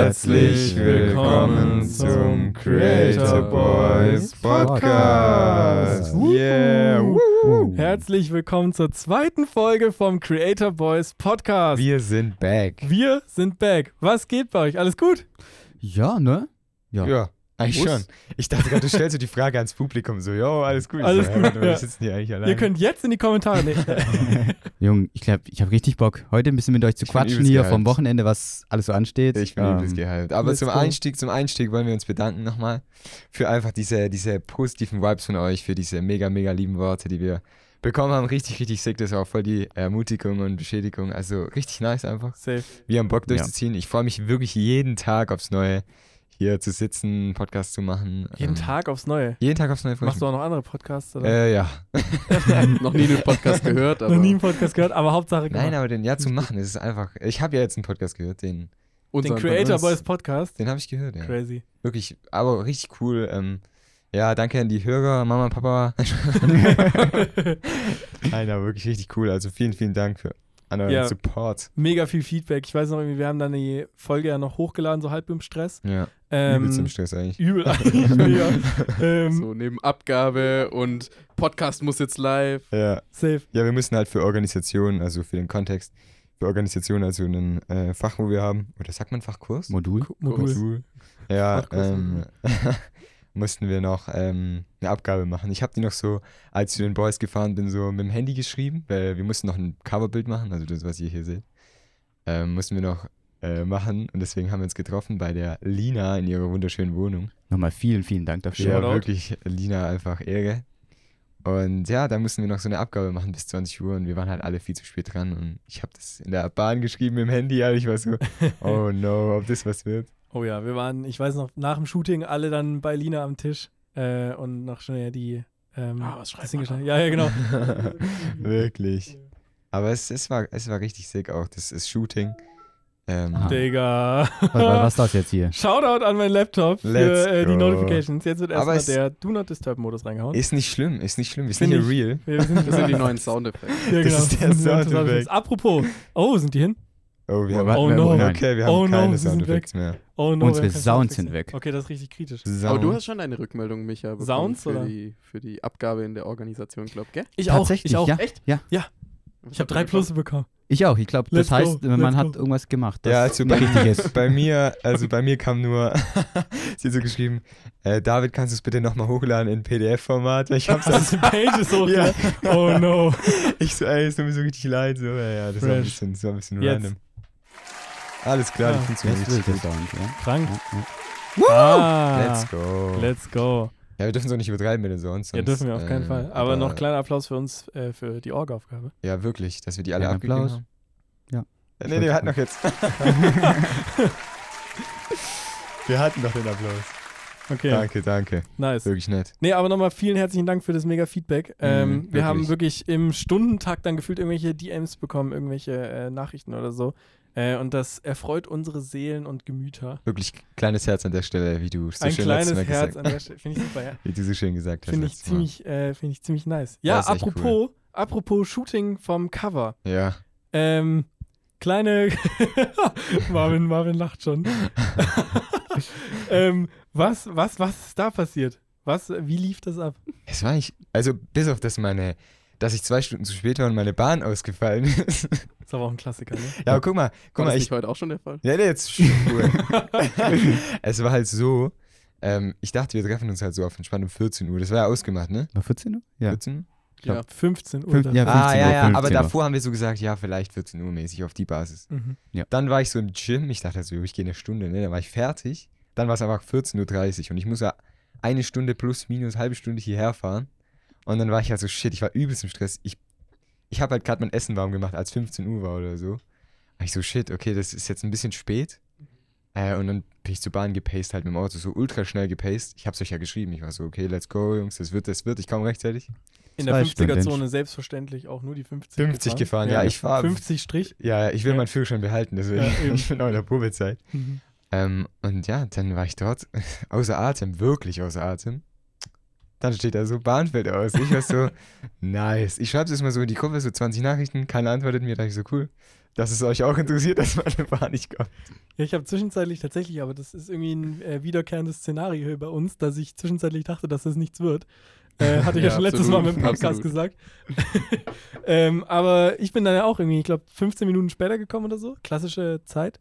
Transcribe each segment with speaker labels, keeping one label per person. Speaker 1: Herzlich willkommen zum Creator Boys Podcast. Yeah. wuhu.
Speaker 2: Herzlich willkommen zur zweiten Folge vom Creator Boys Podcast.
Speaker 1: Wir sind back.
Speaker 2: Wir sind back. Was geht bei euch? Alles gut?
Speaker 3: Ja, ne? Ja.
Speaker 1: Ja, eigentlich
Speaker 3: Us.
Speaker 1: schon. Ich dachte gerade, du stellst so die Frage ans Publikum so, jo, alles gut. Ich
Speaker 2: Alles
Speaker 1: so,
Speaker 2: gut,
Speaker 1: Warte mal, Wir
Speaker 2: ja.
Speaker 1: sitzen hier eigentlich allein.
Speaker 2: Ihr könnt jetzt in die Kommentare. Nee.
Speaker 3: Jung, ich glaube, ich habe richtig Bock, heute ein bisschen mit euch zu
Speaker 1: bin
Speaker 3: quatschen
Speaker 1: übelst
Speaker 3: hier
Speaker 1: gehypt.
Speaker 3: vom Wochenende, was alles so ansteht.
Speaker 1: ich bin
Speaker 3: Ähm,
Speaker 1: übelst gehypt. Aber
Speaker 2: let's
Speaker 1: zum
Speaker 2: go.
Speaker 1: Einstieg, zum Einstieg wollen wir uns bedanken nochmal für einfach diese, diese positiven Vibes von euch, für diese mega, mega lieben Worte, die wir bekommen haben. Richtig, richtig sick. Das war auch voll die Ermutigung und Beschädigung. Also richtig nice einfach.
Speaker 2: Safe.
Speaker 1: Wir haben Bock
Speaker 3: Ja.
Speaker 1: durchzuziehen. Ich freue mich wirklich jeden Tag aufs Neue, hier zu sitzen, Podcast zu machen.
Speaker 2: Jeden
Speaker 1: Ähm,
Speaker 2: Tag aufs Neue.
Speaker 1: Jeden Tag aufs Neue. freue ich
Speaker 2: Machst du auch noch andere Podcasts?
Speaker 1: mich.
Speaker 2: Oder?
Speaker 1: Äh, ja.
Speaker 4: noch nie den Podcast gehört, aber
Speaker 2: Noch nie einen Podcast gehört, aber Hauptsache
Speaker 1: Nein,
Speaker 2: gemacht.
Speaker 1: aber den ja zu machen, das ist einfach. Ich habe ja jetzt einen Podcast gehört, den,
Speaker 4: unseren
Speaker 2: den
Speaker 4: von
Speaker 2: Creator
Speaker 4: uns.
Speaker 2: Boys Podcast.
Speaker 1: den habe ich gehört, ja.
Speaker 2: Crazy.
Speaker 1: Wirklich, aber richtig cool. Ähm, ja, danke an die Hörer, Mama, Papa. Nein, aber wirklich richtig cool. Also vielen, vielen Dank für an euren
Speaker 2: Ja.
Speaker 1: Support.
Speaker 2: Mega viel Feedback. Ich weiß noch irgendwie, wir haben dann die Folge ja noch hochgeladen, so halb im Stress.
Speaker 1: Ja,
Speaker 2: Ähm,
Speaker 1: übelst im Stress eigentlich.
Speaker 2: Übel eigentlich. Mega. Ähm,
Speaker 4: So, neben Abgabe und Podcast muss jetzt live.
Speaker 1: Ja.
Speaker 2: Safe.
Speaker 1: ja, wir müssen halt für Organisationen, also für den Kontext, für Organisationen, also einen äh, Fach, wo wir haben, oder sagt man Fachkurs?
Speaker 3: Modul.
Speaker 2: Modul.
Speaker 1: Modul. Ja,
Speaker 4: Fachkurs,
Speaker 1: ähm, mussten wir noch ähm, eine Abgabe machen. Ich habe die noch so, als ich zu den Boys gefahren bin, so mit dem Handy geschrieben, weil wir mussten noch ein Coverbild machen, also das, was ihr hier seht, ähm, mussten wir noch äh, machen und deswegen haben wir uns getroffen bei der Lina in ihrer wunderschönen Wohnung.
Speaker 3: Nochmal vielen, vielen Dank dafür.
Speaker 1: Ja,
Speaker 2: Shoutout.
Speaker 1: wirklich, Lina einfach Ehre. Und ja, da mussten wir noch so eine Abgabe machen bis 20 Uhr und wir waren halt alle viel zu spät dran und ich habe das in der Bahn geschrieben im Handy, aber ich war so, oh no, ob das was wird.
Speaker 2: Oh ja, wir waren, ich weiß noch, nach dem Shooting alle dann bei Lina am Tisch äh, und noch schnell die. Ähm,
Speaker 4: Ah, was schreibt
Speaker 2: das Ding
Speaker 4: man da?
Speaker 2: geschrieben. Ja, ja, genau.
Speaker 1: Wirklich. Aber es, es, war, es war richtig sick auch, das ist Shooting. Ähm,
Speaker 3: Aha.
Speaker 2: Digga.
Speaker 3: Was, was, was ist das jetzt hier?
Speaker 2: Shoutout an meinen Laptop für
Speaker 1: Let's
Speaker 2: äh, die
Speaker 1: go.
Speaker 2: Notifications. Jetzt wird
Speaker 1: Aber
Speaker 2: erstmal
Speaker 1: es-
Speaker 2: der Do Not Disturb-Modus reingehauen.
Speaker 1: ist nicht schlimm, ist nicht schlimm. Wir sind
Speaker 2: Find
Speaker 1: hier
Speaker 2: ich-
Speaker 1: real.
Speaker 2: Wir sind,
Speaker 4: Das sind die neuen Soundeffekte.
Speaker 2: ja,
Speaker 1: das
Speaker 2: genau. Das sind die
Speaker 1: ist der
Speaker 2: neuen
Speaker 1: Soundeffekt.
Speaker 2: Soundeffekts. Apropos. Oh, sind die hin?
Speaker 1: Oh, wir
Speaker 3: Oh,
Speaker 1: haben,
Speaker 3: warte,
Speaker 2: Oh
Speaker 3: warte,
Speaker 2: no.
Speaker 3: nein.
Speaker 1: okay, wir haben
Speaker 2: Oh no,
Speaker 1: keine
Speaker 2: sie sind
Speaker 1: Soundeffekte mehr.
Speaker 2: Oh no.
Speaker 3: Unsere
Speaker 2: wir haben keine
Speaker 3: Sounds
Speaker 2: Soundeffekte.
Speaker 3: sind weg.
Speaker 2: Okay, das ist richtig kritisch.
Speaker 1: Sound.
Speaker 4: Aber du hast schon deine Rückmeldung, Micha, bekommen
Speaker 2: Sounds,
Speaker 4: für,
Speaker 2: oder?
Speaker 4: Die, für die Abgabe in der Organisation, glaub, gell?
Speaker 2: Ich auch.
Speaker 3: Tatsächlich,
Speaker 2: Ich auch.
Speaker 3: ja.
Speaker 4: Echt?
Speaker 3: Ja,
Speaker 2: Ich habe drei Plus bekommen.
Speaker 3: ich auch. Ich glaube,
Speaker 2: Let's
Speaker 3: das heißt,
Speaker 2: go,
Speaker 3: man
Speaker 2: let's
Speaker 3: hat
Speaker 2: go.
Speaker 3: irgendwas gemacht.
Speaker 1: ja,
Speaker 3: Das
Speaker 1: also bei,
Speaker 3: richtig ist.
Speaker 1: bei mir, also bei mir kam nur, sie hat so geschrieben, äh, David, kannst du es bitte nochmal hochladen in PDF-Format? Weil Ich hab's
Speaker 2: Hast
Speaker 1: als,
Speaker 2: du Pages hoch?
Speaker 1: Ja.
Speaker 2: Oh no.
Speaker 1: ich so, ey, es tut mir so richtig leid. So, ja, ja, das war ein
Speaker 2: Fresh.
Speaker 1: bisschen, das war ein bisschen
Speaker 2: Jetzt. Ah,
Speaker 1: random. Alles klar,
Speaker 2: Ja.
Speaker 1: die funktioniert
Speaker 3: Jetzt will
Speaker 1: richtig
Speaker 3: der
Speaker 1: gut.
Speaker 3: Sound, ja.
Speaker 2: Krank.
Speaker 3: Ja, ja.
Speaker 2: Ah.
Speaker 1: Let's go.
Speaker 2: Let's go.
Speaker 1: ja, wir dürfen es auch nicht übertreiben mit den Sounds.
Speaker 2: Ja,
Speaker 1: sonst,
Speaker 2: dürfen wir auf keinen
Speaker 1: äh,
Speaker 2: Fall. Aber noch kleiner Applaus für uns äh, für die Org-Aufgabe.
Speaker 1: Ja, wirklich, dass wir die alle
Speaker 3: Kleiner
Speaker 1: abgegeben
Speaker 3: Applaus.
Speaker 1: haben.
Speaker 3: Ja.
Speaker 1: Äh, Nee, nee, wir hatten noch jetzt. wir hatten noch den Applaus.
Speaker 2: Okay,
Speaker 1: Danke, danke.
Speaker 2: nice.
Speaker 1: Wirklich nett.
Speaker 2: Nee, aber nochmal vielen herzlichen Dank für das mega Feedback. ähm,
Speaker 1: Mhm, wirklich.
Speaker 2: wir haben wirklich im Stundentakt dann gefühlt irgendwelche DMs bekommen, irgendwelche äh, Nachrichten oder so. Äh, und das erfreut unsere Seelen und Gemüter.
Speaker 1: Wirklich kleines Herz an der Stelle, wie du so
Speaker 2: Ein
Speaker 1: schön
Speaker 2: kleines
Speaker 1: letztes Mal
Speaker 2: Herz an
Speaker 1: gesagt
Speaker 2: der Stelle. Finde ich super, ja.
Speaker 1: Wie du so schön gesagt hast.
Speaker 2: Finde ich,
Speaker 1: letztes Mal.
Speaker 2: ziemlich, äh, finde ich ziemlich nice.
Speaker 1: Ja,
Speaker 2: Ja,
Speaker 1: ist echt
Speaker 2: apropos, apropos Shooting vom Cover.
Speaker 1: Ja.
Speaker 2: Ähm, kleine. Marvin, Marvin lacht schon. ähm, was, was, was ist da passiert? Was, wie lief das ab?
Speaker 1: Es war nicht. Also, bis auf das meine. Dass ich zwei Stunden zu spät war und meine Bahn ausgefallen ist.
Speaker 2: Ist aber auch ein Klassiker, ne?
Speaker 1: ja, aber guck mal, guck
Speaker 4: War das
Speaker 1: mal, ich,
Speaker 4: nicht heute auch schon der Fall?
Speaker 1: Ja, nee, jetzt ist schon cool. es war halt so, ähm, ich dachte, wir treffen uns halt so auf entspannt um 14 Uhr. Das war ja ausgemacht, ne?
Speaker 3: War 14 Uhr? Ja.
Speaker 1: 14 Uhr?
Speaker 4: Ja.
Speaker 2: 15 Uhr.
Speaker 3: Fünf-
Speaker 2: dann.
Speaker 3: ja,
Speaker 1: Ah,
Speaker 3: 15
Speaker 1: ja,
Speaker 3: Uhr,
Speaker 1: ja, aber
Speaker 3: 15 Uhr.
Speaker 1: davor haben wir so gesagt, ja, vielleicht 14 Uhr mäßig auf die Basis.
Speaker 2: Mhm.
Speaker 1: Dann war ich so im Gym, ich dachte so, ich gehe eine Stunde, ne? Dann war ich fertig. Dann war es einfach 14.30 Uhr und ich muss ja eine Stunde plus minus halbe Stunde hierher fahren. Und dann war ich halt so, shit, ich war übelst im Stress. Ich, ich habe halt gerade mein Essen warm gemacht, als 15 Uhr war oder so. War ich so, shit, okay, das ist jetzt ein bisschen spät. Äh, und dann bin ich zur Bahn gepaced, halt mit dem Auto, so ultra schnell gepaced. Ich hab's euch ja geschrieben. Ich war so, okay, let's go, Jungs, das wird, das wird. Ich komme rechtzeitig.
Speaker 2: In
Speaker 3: Zwei
Speaker 2: der
Speaker 3: Stunden.
Speaker 2: 50er-Zone selbstverständlich auch nur die 50.
Speaker 1: 50 gefahren, ja, ich war.
Speaker 2: 50 Strich.
Speaker 1: Ja, ich will
Speaker 2: Ja.
Speaker 1: meinen Führerschein behalten, deswegen.
Speaker 2: Ja, eben.
Speaker 1: ich bin auch in der Probezeit.
Speaker 2: Mhm.
Speaker 1: Ähm, und ja, dann war ich dort außer Atem, wirklich außer Atem. Dann steht da so Bahnfeld aus. Ich war so, nice. Ich schreibe es jetzt mal so in die Gruppe, so 20 Nachrichten, keiner antwortet mir. Da ich so, cool, dass es euch auch interessiert, dass meine Bahn nicht kommt.
Speaker 2: Ja, ich habe zwischenzeitlich tatsächlich, aber das ist irgendwie ein äh, wiederkehrendes Szenario hier bei uns, dass ich zwischenzeitlich dachte, dass das nichts wird. Äh, hatte ich ja,
Speaker 4: Ja,
Speaker 2: schon letztes Mal
Speaker 4: absolut,
Speaker 2: mit dem Podcast
Speaker 4: absolut.
Speaker 2: gesagt. ähm, aber ich bin dann ja auch irgendwie, ich glaube, 15 Minuten später gekommen oder so. Klassische Zeit.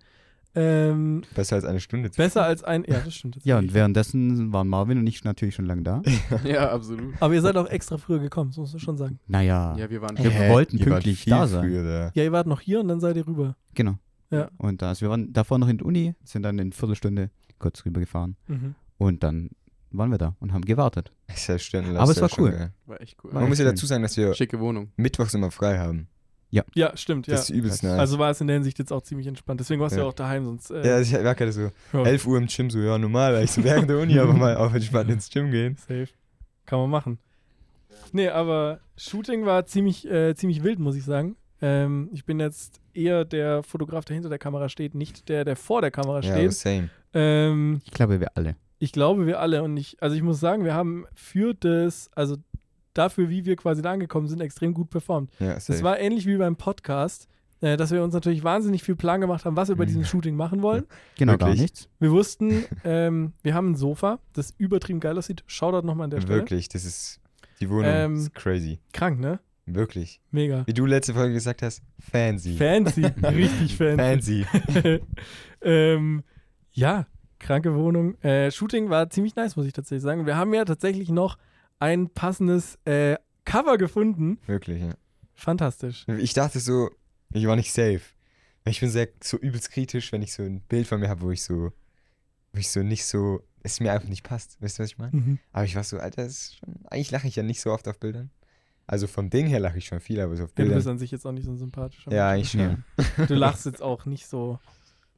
Speaker 2: Ähm,
Speaker 1: Besser als eine Stunde.
Speaker 2: besser als ein. Ja, das stimmt.
Speaker 3: Ja, und währenddessen waren Marvin und ich natürlich schon lange da.
Speaker 4: Ja, absolut.
Speaker 2: aber ihr seid auch extra früher gekommen, das musst du schon sagen.
Speaker 3: Naja,
Speaker 4: Ja, wir waren
Speaker 3: Wir
Speaker 1: Hä?
Speaker 3: wollten
Speaker 1: Ihr wart
Speaker 3: pünktlich
Speaker 1: viel
Speaker 3: da sein.
Speaker 1: Früher da.
Speaker 2: Ja, ihr wart noch hier und dann seid ihr rüber.
Speaker 3: genau.
Speaker 2: Ja.
Speaker 3: Und da, also wir waren davor noch in die Uni, sind dann in Viertelstunde kurz rübergefahren
Speaker 2: Mhm.
Speaker 3: und dann waren wir da und haben gewartet.
Speaker 1: Ist ja stimmt,
Speaker 3: Aber
Speaker 1: das
Speaker 3: es
Speaker 1: ist
Speaker 3: war
Speaker 1: ja schon
Speaker 3: cool.
Speaker 1: geil.
Speaker 4: War echt cool.
Speaker 1: Man muss ja
Speaker 3: schön.
Speaker 1: dazu sagen, dass wir
Speaker 4: Schicke Wohnung.
Speaker 1: mittwochs immer frei haben.
Speaker 2: Ja, stimmt, ja.
Speaker 1: Das ist übelst nice.
Speaker 2: Also war es in der Hinsicht jetzt auch ziemlich entspannt. Deswegen warst du ja,
Speaker 1: Ja.
Speaker 2: auch daheim, sonst. Äh,
Speaker 1: ja, ich war gerade so
Speaker 2: ja,
Speaker 1: 11 Uhr im Gym, so ja, normal, weil ich so während der Uni aber mal auf entspannt ins Gym gehen.
Speaker 2: Safe. Kann man machen. Nee, aber Shooting war ziemlich, äh, ziemlich wild, muss ich sagen. Ähm, ich bin jetzt eher der Fotograf, der hinter der Kamera steht, nicht der, der vor der Kamera
Speaker 1: Ja, aber
Speaker 2: steht.
Speaker 1: same.
Speaker 2: Ähm,
Speaker 3: Ich glaube, wir alle.
Speaker 2: ich glaube, wir alle und ich, also ich muss sagen, wir haben für das, also dafür, wie wir quasi da angekommen sind, extrem gut performt.
Speaker 1: Ja,
Speaker 2: Das
Speaker 1: safe.
Speaker 2: war ähnlich wie beim Podcast, äh, dass wir uns natürlich wahnsinnig viel Plan gemacht haben, was wir bei
Speaker 1: Mhm.
Speaker 2: diesem Shooting machen wollen.
Speaker 3: Genau,
Speaker 1: Wirklich?
Speaker 3: gar nichts.
Speaker 2: Wir wussten, ähm, wir haben ein Sofa, das übertrieben geil aussieht. Shoutout nochmal an der Stelle.
Speaker 1: Wirklich, das ist die Wohnung.
Speaker 2: Ähm,
Speaker 1: ist crazy.
Speaker 2: Krank, ne?
Speaker 1: Wirklich.
Speaker 2: Mega.
Speaker 1: Wie du letzte Folge gesagt hast, fancy.
Speaker 2: Fancy, richtig fancy.
Speaker 1: fancy.
Speaker 2: ähm, ja, kranke Wohnung. Äh, Shooting war ziemlich nice, muss ich tatsächlich sagen. Wir haben ja tatsächlich noch ein passendes äh, Cover gefunden.
Speaker 1: Wirklich, ja.
Speaker 2: Fantastisch.
Speaker 1: Ich dachte so, ich war nicht safe. Ich bin sehr, so übelst kritisch, wenn ich so ein Bild von mir habe, wo ich so, wo ich so nicht so, es mir einfach nicht passt. Weißt du, was ich meine? Aber ich war so, Alter, das ist schon, eigentlich lache ich ja nicht so oft auf Bildern. Also vom Ding her lache ich schon viel, aber so auf
Speaker 2: Ja, du
Speaker 1: Bildern.
Speaker 2: bist an sich jetzt auch nicht so ein sympathischer.
Speaker 1: Ja, eigentlich schon.
Speaker 3: Ja.
Speaker 2: Mensch. Du lachst jetzt auch nicht so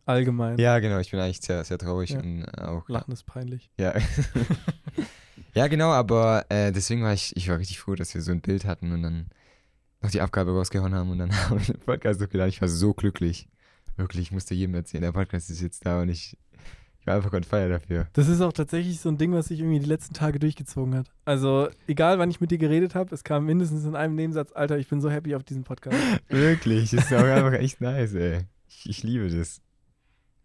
Speaker 2: allgemein.
Speaker 1: Ja, genau, ich bin eigentlich sehr, sehr traurig
Speaker 2: Ja.
Speaker 1: und auch.
Speaker 2: Lachen ist peinlich.
Speaker 1: Ja. ja, genau, aber äh, deswegen war ich, ich war richtig froh, dass wir so ein Bild hatten und dann noch die Abgabe rausgehauen haben und dann haben wir den Podcast hochgeladen. Ich war so glücklich. Wirklich, ich musste jedem erzählen, der Podcast ist jetzt da und ich, ich war einfach on fire dafür.
Speaker 2: Das ist auch tatsächlich so ein Ding, was sich irgendwie die letzten Tage durchgezogen hat. Also, egal wann ich mit dir geredet habe, es kam mindestens in einem Nebensatz, Alter, ich bin so happy auf diesen Podcast.
Speaker 1: Wirklich, das ist auch einfach echt nice, ey. Ich, ich liebe das.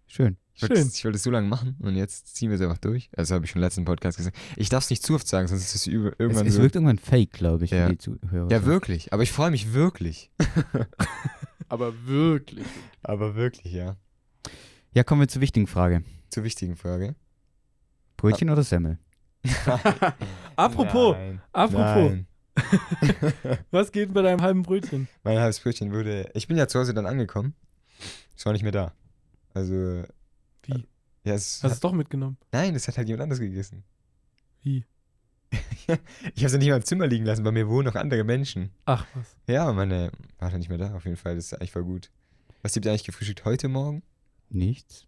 Speaker 3: Schön.
Speaker 1: Ich wollte,
Speaker 2: Schön.
Speaker 1: das, ich wollte das so lange machen und jetzt ziehen wir es einfach durch. Also habe ich schon im letzten Podcast gesagt. Ich darf es nicht zu oft sagen, sonst ist es übel-
Speaker 3: Es,
Speaker 1: irgendwann
Speaker 3: es
Speaker 1: so.
Speaker 3: wirkt irgendwann fake, glaube ich,
Speaker 1: Ja.
Speaker 3: für die Zuhörer.
Speaker 1: ja, wirklich. Aber ich freue mich wirklich.
Speaker 4: Aber wirklich.
Speaker 1: Aber wirklich, ja.
Speaker 3: Ja, kommen wir zur wichtigen Frage.
Speaker 1: Zur wichtigen Frage. Ah.
Speaker 3: Brötchen oder Semmel?
Speaker 2: Apropos,
Speaker 1: Nein.
Speaker 2: apropos,
Speaker 1: Nein.
Speaker 2: was geht bei deinem halben Brötchen?
Speaker 1: Mein halbes Brötchen wurde. Ich bin ja zu Hause dann angekommen. Es war nicht mehr da. Also.
Speaker 2: Wie?
Speaker 1: Ja, es
Speaker 2: Hast du
Speaker 1: hat,
Speaker 2: es doch mitgenommen?
Speaker 1: nein, es hat halt jemand anderes gegessen.
Speaker 2: Wie?
Speaker 1: Ich habe es ja nicht mal im Zimmer liegen lassen, bei mir wohnen noch andere Menschen.
Speaker 2: Ach was.
Speaker 1: Ja, meine. War dann nicht mehr da, auf jeden Fall. Das ist eigentlich voll gut. Was habt ihr eigentlich gefrühstückt heute Morgen?
Speaker 3: Nichts.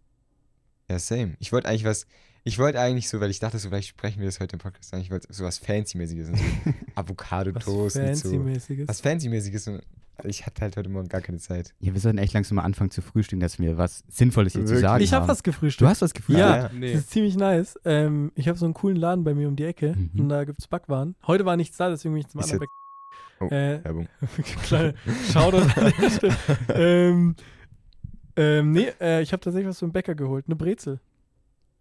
Speaker 1: Ja, same. Ich wollte eigentlich was. Ich wollte eigentlich so, weil ich dachte, so vielleicht sprechen wir das heute im Podcast an. Ich wollte so was Fancy-mäßiges. und So
Speaker 2: Was
Speaker 1: Avocado-Toast mit so.
Speaker 2: Fancy-mäßiges.
Speaker 1: Was Fancy-mäßiges. und Ich hatte halt heute Morgen gar keine Zeit.
Speaker 3: Ja, wir sollten echt langsam mal anfangen zu frühstücken, dass wir was Sinnvolles hier zu
Speaker 1: Wirklich?
Speaker 3: sagen
Speaker 2: Ich habe
Speaker 3: haben.
Speaker 2: was gefrühstückt.
Speaker 3: Du hast was gefrühstückt?
Speaker 2: Ja. Das
Speaker 4: Nee.
Speaker 2: ist ziemlich nice. Ähm, ich habe so einen coolen Laden bei mir um die Ecke
Speaker 3: Mhm.
Speaker 2: und da gibt's Backwaren. Heute war nichts da, deswegen bin ich zum
Speaker 1: Ist
Speaker 2: anderen
Speaker 1: ja-
Speaker 2: Bäck. Äh,
Speaker 1: Werbung.
Speaker 2: Kleine Shoutout an der Stelle. ähm, ähm, nee, äh, ich habe tatsächlich was vom Bäcker geholt. Eine Brezel.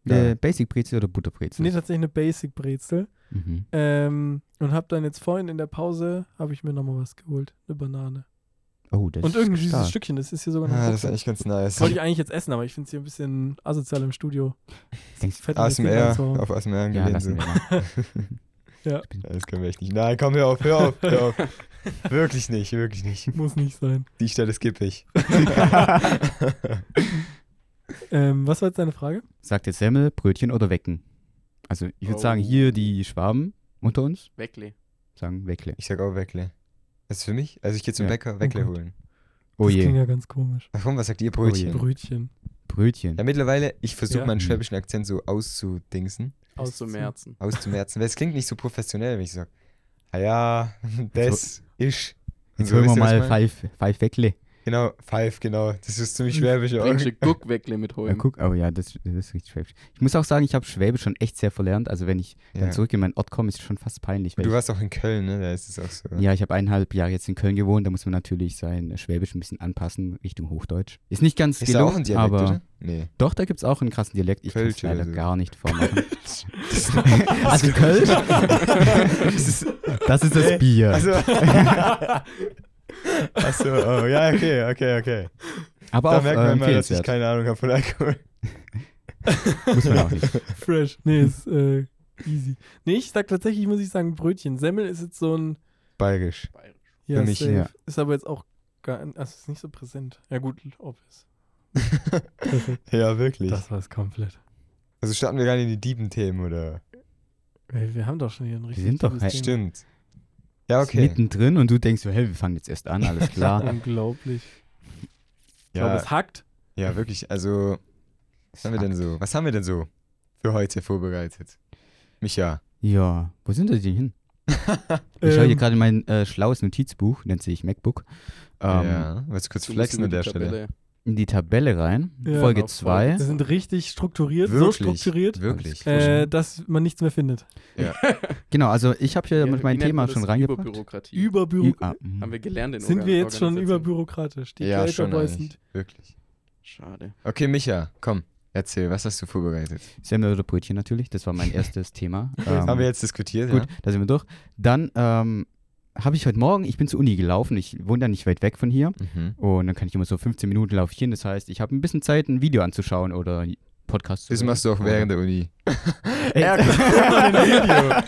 Speaker 3: Äh, Basic Brezel oder Butterbrezel?
Speaker 2: Nee, tatsächlich eine Basic-Brezel.
Speaker 3: Mhm.
Speaker 2: Ähm, und habe dann jetzt vorhin in der Pause, habe ich mir nochmal was geholt. Eine Banane.
Speaker 3: Oh, das
Speaker 2: und irgendein
Speaker 3: ist
Speaker 2: süßes
Speaker 3: stark.
Speaker 2: Stückchen, das ist hier sogar noch
Speaker 1: Ah, das ist
Speaker 2: drin.
Speaker 1: eigentlich ganz nice.
Speaker 2: Wollte ich eigentlich jetzt essen, aber ich finde es hier ein bisschen asozial im Studio.
Speaker 3: Denkst-
Speaker 2: Fett in das Ding
Speaker 1: ASMR,
Speaker 2: reinzuhauen.
Speaker 1: auf ASMR
Speaker 3: Ja,
Speaker 1: angelehnt. so.
Speaker 3: lassen wir mal.
Speaker 1: Ja, das können wir echt nicht. Nein, komm, hör auf, hör auf, hör auf. wirklich nicht, wirklich nicht.
Speaker 2: Muss nicht sein.
Speaker 1: Die Stelle skippe ich.
Speaker 2: Ähm, was war jetzt deine Frage?
Speaker 3: Sagt jetzt Semmel, Brötchen oder Wecken? Also ich würde sagen,
Speaker 4: Oh.
Speaker 3: hier die Schwaben unter uns
Speaker 4: Weckle.
Speaker 3: sagen Weckle.
Speaker 1: Ich sag auch Weckle. Das ist für mich? Also ich gehe zum
Speaker 3: Ja.
Speaker 1: Bäcker Weckle
Speaker 2: gut.
Speaker 1: holen.
Speaker 3: Oh
Speaker 2: das klingt
Speaker 3: je,
Speaker 2: ja ganz komisch.
Speaker 1: Warum, was sagt ihr? Brötchen.
Speaker 2: Brötchen.
Speaker 3: Brötchen.
Speaker 1: ja, mittlerweile, ich versuche
Speaker 2: Ja.
Speaker 1: meinen schwäbischen Akzent so auszudingsen,
Speaker 4: Aus dem Herzen.
Speaker 1: auszumerzen, weil es klingt nicht so professionell, wenn ich sag, ah ja, das ist. Und
Speaker 3: Jetzt
Speaker 1: so, wisst
Speaker 3: holen wir
Speaker 1: ihr, was ich
Speaker 3: mal
Speaker 1: mein?
Speaker 3: five, five Weckle.
Speaker 1: Genau, Pfeif, genau. Das ist ziemlich schwäbisch. aber-
Speaker 4: Bringst du Guckweckle mit
Speaker 3: Ja,
Speaker 4: holen.
Speaker 3: guck, oh ja, das, das ist richtig schwäbisch. Ich muss auch sagen, ich habe Schwäbisch schon echt sehr verlernt. Also wenn ich
Speaker 1: Ja.
Speaker 3: dann zurück in meinen Ort komme, ist es schon fast peinlich. Weil
Speaker 1: Du warst auch in Köln, ne? Da ist es auch so.
Speaker 3: ich, ja, ich habe eineinhalb Jahre jetzt in Köln gewohnt, da muss man natürlich sein Schwäbisch ein bisschen anpassen Richtung Hochdeutsch. Ist nicht ganz
Speaker 1: Ist da auch
Speaker 3: gelungen,
Speaker 1: ein Dialekt,
Speaker 3: aber
Speaker 1: oder? Nee.
Speaker 3: doch, da gibt es auch einen krassen Dialekt. Ich kann es
Speaker 1: Kölsch oder
Speaker 3: leider
Speaker 1: so.
Speaker 3: gar nicht vormachen. also Kölsch, das, ist, das ist das Bier.
Speaker 1: Also. Achso, oh, ja, okay, okay, okay.
Speaker 3: aber
Speaker 1: Da
Speaker 3: auch
Speaker 1: merkt
Speaker 3: äh,
Speaker 1: man mal, dass ich
Speaker 3: empfehlenswert.
Speaker 1: keine Ahnung habe von Alkohol.
Speaker 3: Muss man auch nicht.
Speaker 2: Fresh. Nee, ist äh, easy. Nee, ich sag tatsächlich, muss ich sagen, Brötchen. Semmel ist jetzt so ein.
Speaker 1: Bayerisch.
Speaker 2: Ja,
Speaker 1: Für mich,
Speaker 2: safe.
Speaker 3: ja.
Speaker 2: Ist aber jetzt auch gar also ist nicht so präsent. Ja, gut, ob es.
Speaker 1: Ja, wirklich.
Speaker 2: Das war es komplett.
Speaker 1: Also starten wir gar nicht in die Diebenthemen, oder?
Speaker 2: Ey, wir haben doch schon hier ein richtig
Speaker 3: sind doch
Speaker 2: tiefes
Speaker 3: halt-
Speaker 2: Thema.
Speaker 1: Stimmt. Ja,
Speaker 3: Ist
Speaker 1: okay.
Speaker 3: Mittendrin und du denkst so, hey, wir fangen jetzt erst an, alles klar.
Speaker 2: Unglaublich. Ich glaube,
Speaker 1: Ja,
Speaker 2: es hackt.
Speaker 1: ja, wirklich. Also, was haben wir denn so? Was haben wir denn so für heute vorbereitet? Micha.
Speaker 3: Ja, wo sind denn die hin? Ich schaue hier
Speaker 2: Ähm,
Speaker 3: gerade in mein äh, schlaues Notizbuch, nennt sich MacBook, ähm,
Speaker 1: ja, willst du kurz
Speaker 4: So
Speaker 1: flexen
Speaker 4: müssen wir
Speaker 1: an der
Speaker 4: die
Speaker 1: Stelle?
Speaker 4: Tabelle-
Speaker 3: in die Tabelle rein.
Speaker 2: Ja,
Speaker 3: Folge
Speaker 4: auf
Speaker 3: 2.
Speaker 2: Sie sind richtig strukturiert, so strukturiert,
Speaker 1: Wirklich.
Speaker 2: äh, dass man nichts mehr findet.
Speaker 3: Genau, also ich habe hier
Speaker 4: Ja,
Speaker 3: mit meinem
Speaker 4: wie nennt
Speaker 3: Thema
Speaker 4: man das?
Speaker 3: schon reingebracht.
Speaker 4: Überbürokratie.
Speaker 2: Überbüro
Speaker 3: Ah,
Speaker 4: Haben wir gelernt in
Speaker 2: sind
Speaker 4: Organ-
Speaker 2: wir jetzt schon
Speaker 4: Organisation.
Speaker 2: überbürokratisch. Die
Speaker 1: ja,
Speaker 2: Creator
Speaker 1: schon
Speaker 2: Boys
Speaker 1: eigentlich.
Speaker 2: sind
Speaker 1: Wirklich.
Speaker 4: Schade.
Speaker 1: Okay, Micha, komm, erzähl, was hast du vorbereitet?
Speaker 3: Semmel oder Brötchen natürlich, das war mein erstes Thema. Ähm,
Speaker 1: haben wir jetzt diskutiert,
Speaker 3: Gut,
Speaker 1: ja?
Speaker 3: da sind wir durch. Dann ähm, habe ich heute Morgen, ich bin zur Uni gelaufen, ich wohne da nicht weit weg von hier.
Speaker 1: Mhm.
Speaker 3: Und dann kann ich immer so 15 Minuten laufieren. Das heißt, ich habe ein bisschen Zeit, ein Video anzuschauen oder einen Podcast zu
Speaker 1: Das
Speaker 3: hören. Äh,
Speaker 1: machst du auch
Speaker 3: Oder-
Speaker 1: während der Uni.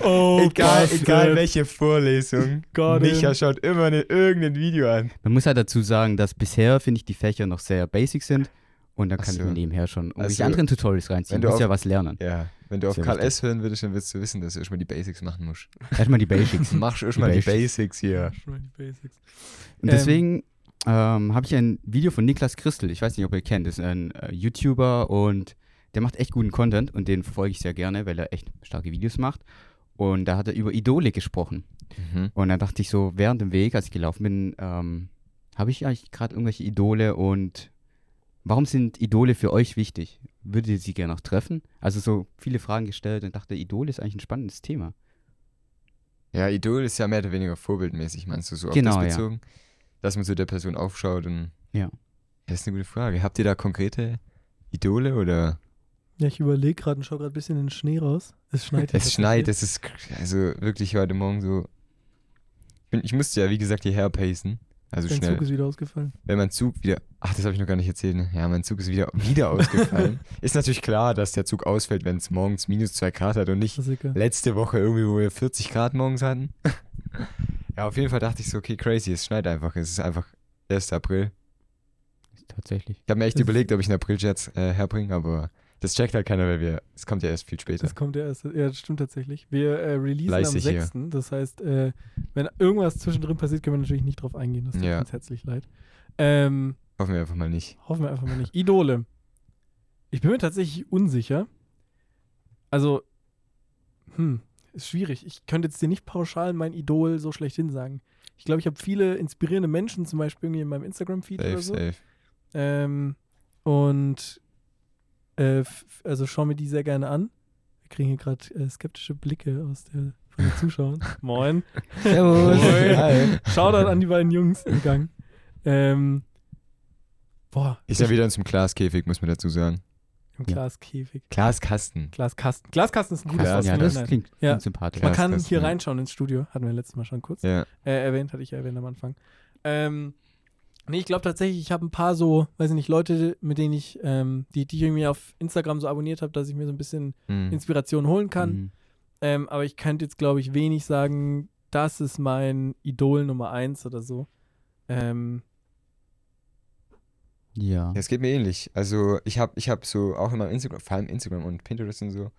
Speaker 2: Oh,
Speaker 1: Egal,
Speaker 2: Gott,
Speaker 1: egal welche Vorlesung.
Speaker 2: Gott,
Speaker 1: Micha schaut immer ne, irgendein Video an.
Speaker 3: Man muss halt dazu sagen, dass bisher, finde ich, die Fächer noch sehr basic sind. Und dann
Speaker 1: Ach
Speaker 3: kann ich
Speaker 1: so.
Speaker 3: mir nebenher schon irgendwelche
Speaker 1: Also,
Speaker 3: anderen Tutorials reinziehen.
Speaker 1: wenn du
Speaker 3: Du musst ja
Speaker 1: auf-
Speaker 3: was lernen.
Speaker 1: Ja, wenn du auf
Speaker 3: Sehr
Speaker 1: Karl
Speaker 3: wichtig.
Speaker 1: S. hören würdest, dann wirst du wissen, dass du erstmal die Basics machen musst.
Speaker 3: Erstmal die Basics.
Speaker 1: Machst erstmal die Basics hier.
Speaker 2: Schon mal die Basics.
Speaker 3: Und
Speaker 2: Ähm.
Speaker 3: deswegen ähm, habe ich ein Video von Niklas Christel. Ich weiß nicht, ob ihr ihn kennt. Das ist ein äh, YouTuber und der macht echt guten Content und den verfolge ich sehr gerne, weil er echt starke Videos macht. Und da hat er über Idole gesprochen.
Speaker 1: Mhm.
Speaker 3: Und dann dachte ich so, während dem Weg, als ich gelaufen bin, ähm, habe ich eigentlich gerade irgendwelche Idole und warum sind Idole für euch wichtig? Würdet ihr sie gerne noch treffen? Also so viele Fragen gestellt und dachte, Idole ist eigentlich ein spannendes Thema.
Speaker 1: Ja, Idol ist ja mehr oder weniger vorbildmäßig, meinst du, so
Speaker 3: Genau,
Speaker 1: auf
Speaker 3: ja.
Speaker 1: das bezogen? Dass man zu der Person aufschaut und.
Speaker 3: Ja.
Speaker 1: Das ist eine gute Frage. Habt ihr da konkrete Idole oder.
Speaker 2: Ja, ich überlege gerade und schaue gerade ein bisschen in den Schnee raus. Es schneit.
Speaker 1: Es schneit, es ist k- also wirklich heute Morgen so. Ich, bin, ich musste ja, wie gesagt, hierher pacen. Also
Speaker 2: Dein
Speaker 1: schnell.
Speaker 2: Zug ist wieder ausgefallen.
Speaker 1: Wenn mein Zug wieder. Ach, das habe ich noch gar nicht erzählt. Ne? Ja, mein Zug ist wieder, wieder ausgefallen. Ist natürlich klar, dass der Zug ausfällt, wenn es morgens minus 2 Grad hat und nicht
Speaker 2: Das ist egal.
Speaker 1: letzte Woche irgendwie, wo wir 40 Grad morgens hatten. ja, auf jeden Fall dachte ich so, okay, crazy, es schneit einfach. Es ist einfach 1. April.
Speaker 3: Tatsächlich.
Speaker 1: Ich habe mir echt
Speaker 2: Es-
Speaker 1: überlegt, ob ich einen April-Jets äh, herbringe, aber das checkt halt keiner, weil wir. Es kommt ja erst viel später.
Speaker 2: Das kommt ja erst. Ja, das stimmt tatsächlich. Wir äh, releasen
Speaker 1: Fleißig
Speaker 2: am
Speaker 1: hier.
Speaker 2: 6. Das heißt, äh, wenn irgendwas zwischendrin passiert, können wir natürlich nicht drauf eingehen. Das tut
Speaker 1: Ja.
Speaker 2: uns herzlich leid. Ähm,
Speaker 1: Hoffen wir einfach mal nicht.
Speaker 2: hoffen wir einfach mal nicht. Idole. Ich bin mir tatsächlich unsicher. Also, hm, ist schwierig. Ich könnte jetzt dir nicht pauschal mein Idol so schlechthin sagen. Ich glaube, ich habe viele inspirierende Menschen, zum Beispiel irgendwie in meinem Instagram-Feed
Speaker 1: Safe,
Speaker 2: oder so.
Speaker 1: safe.
Speaker 2: Ähm, und äh, f- also schau mir die sehr gerne an. Wir kriegen hier gerade äh, skeptische Blicke aus der, von den Zuschauern. Moin.
Speaker 3: Servus.
Speaker 2: Moin.
Speaker 3: Hi.
Speaker 2: Shoutout an die beiden Jungs im Gang. Ähm, boah,
Speaker 1: Ist ja wieder in zum Glaskäfig, muss man dazu sagen.
Speaker 2: im Glaskäfig.
Speaker 1: Glaskasten.
Speaker 2: Glaskasten. Glaskasten ist ein gutes
Speaker 1: Glas-
Speaker 3: Ja,
Speaker 2: Ausdruck.
Speaker 3: das
Speaker 2: Nein.
Speaker 3: klingt,
Speaker 2: Ja.
Speaker 3: klingt sympathisch.
Speaker 2: Man
Speaker 1: Glas-
Speaker 2: kann
Speaker 1: Glaskasten,
Speaker 2: hier
Speaker 1: ja.
Speaker 2: reinschauen ins Studio. Hatten wir letztes Mal schon kurz.
Speaker 1: Ja.
Speaker 2: Äh, erwähnt, hatte ich ja erwähnt am Anfang. Ähm, nee, ich glaube tatsächlich, ich habe ein paar so, weiß ich nicht, Leute, mit denen ich, ähm, die, die ich irgendwie auf Instagram so abonniert habe, dass ich mir so ein bisschen
Speaker 3: Hm.
Speaker 1: Mhm.
Speaker 2: Inspiration holen kann.
Speaker 3: Mhm.
Speaker 2: Ähm, aber ich könnte jetzt, glaube ich, wenig sagen, das ist mein Idol Nummer eins oder so. Ähm,
Speaker 3: Ja.
Speaker 1: Ja, es geht mir ähnlich. Also ich habe ich hab so auch in meinem Instagram, vor allem Instagram und Pinterest und so,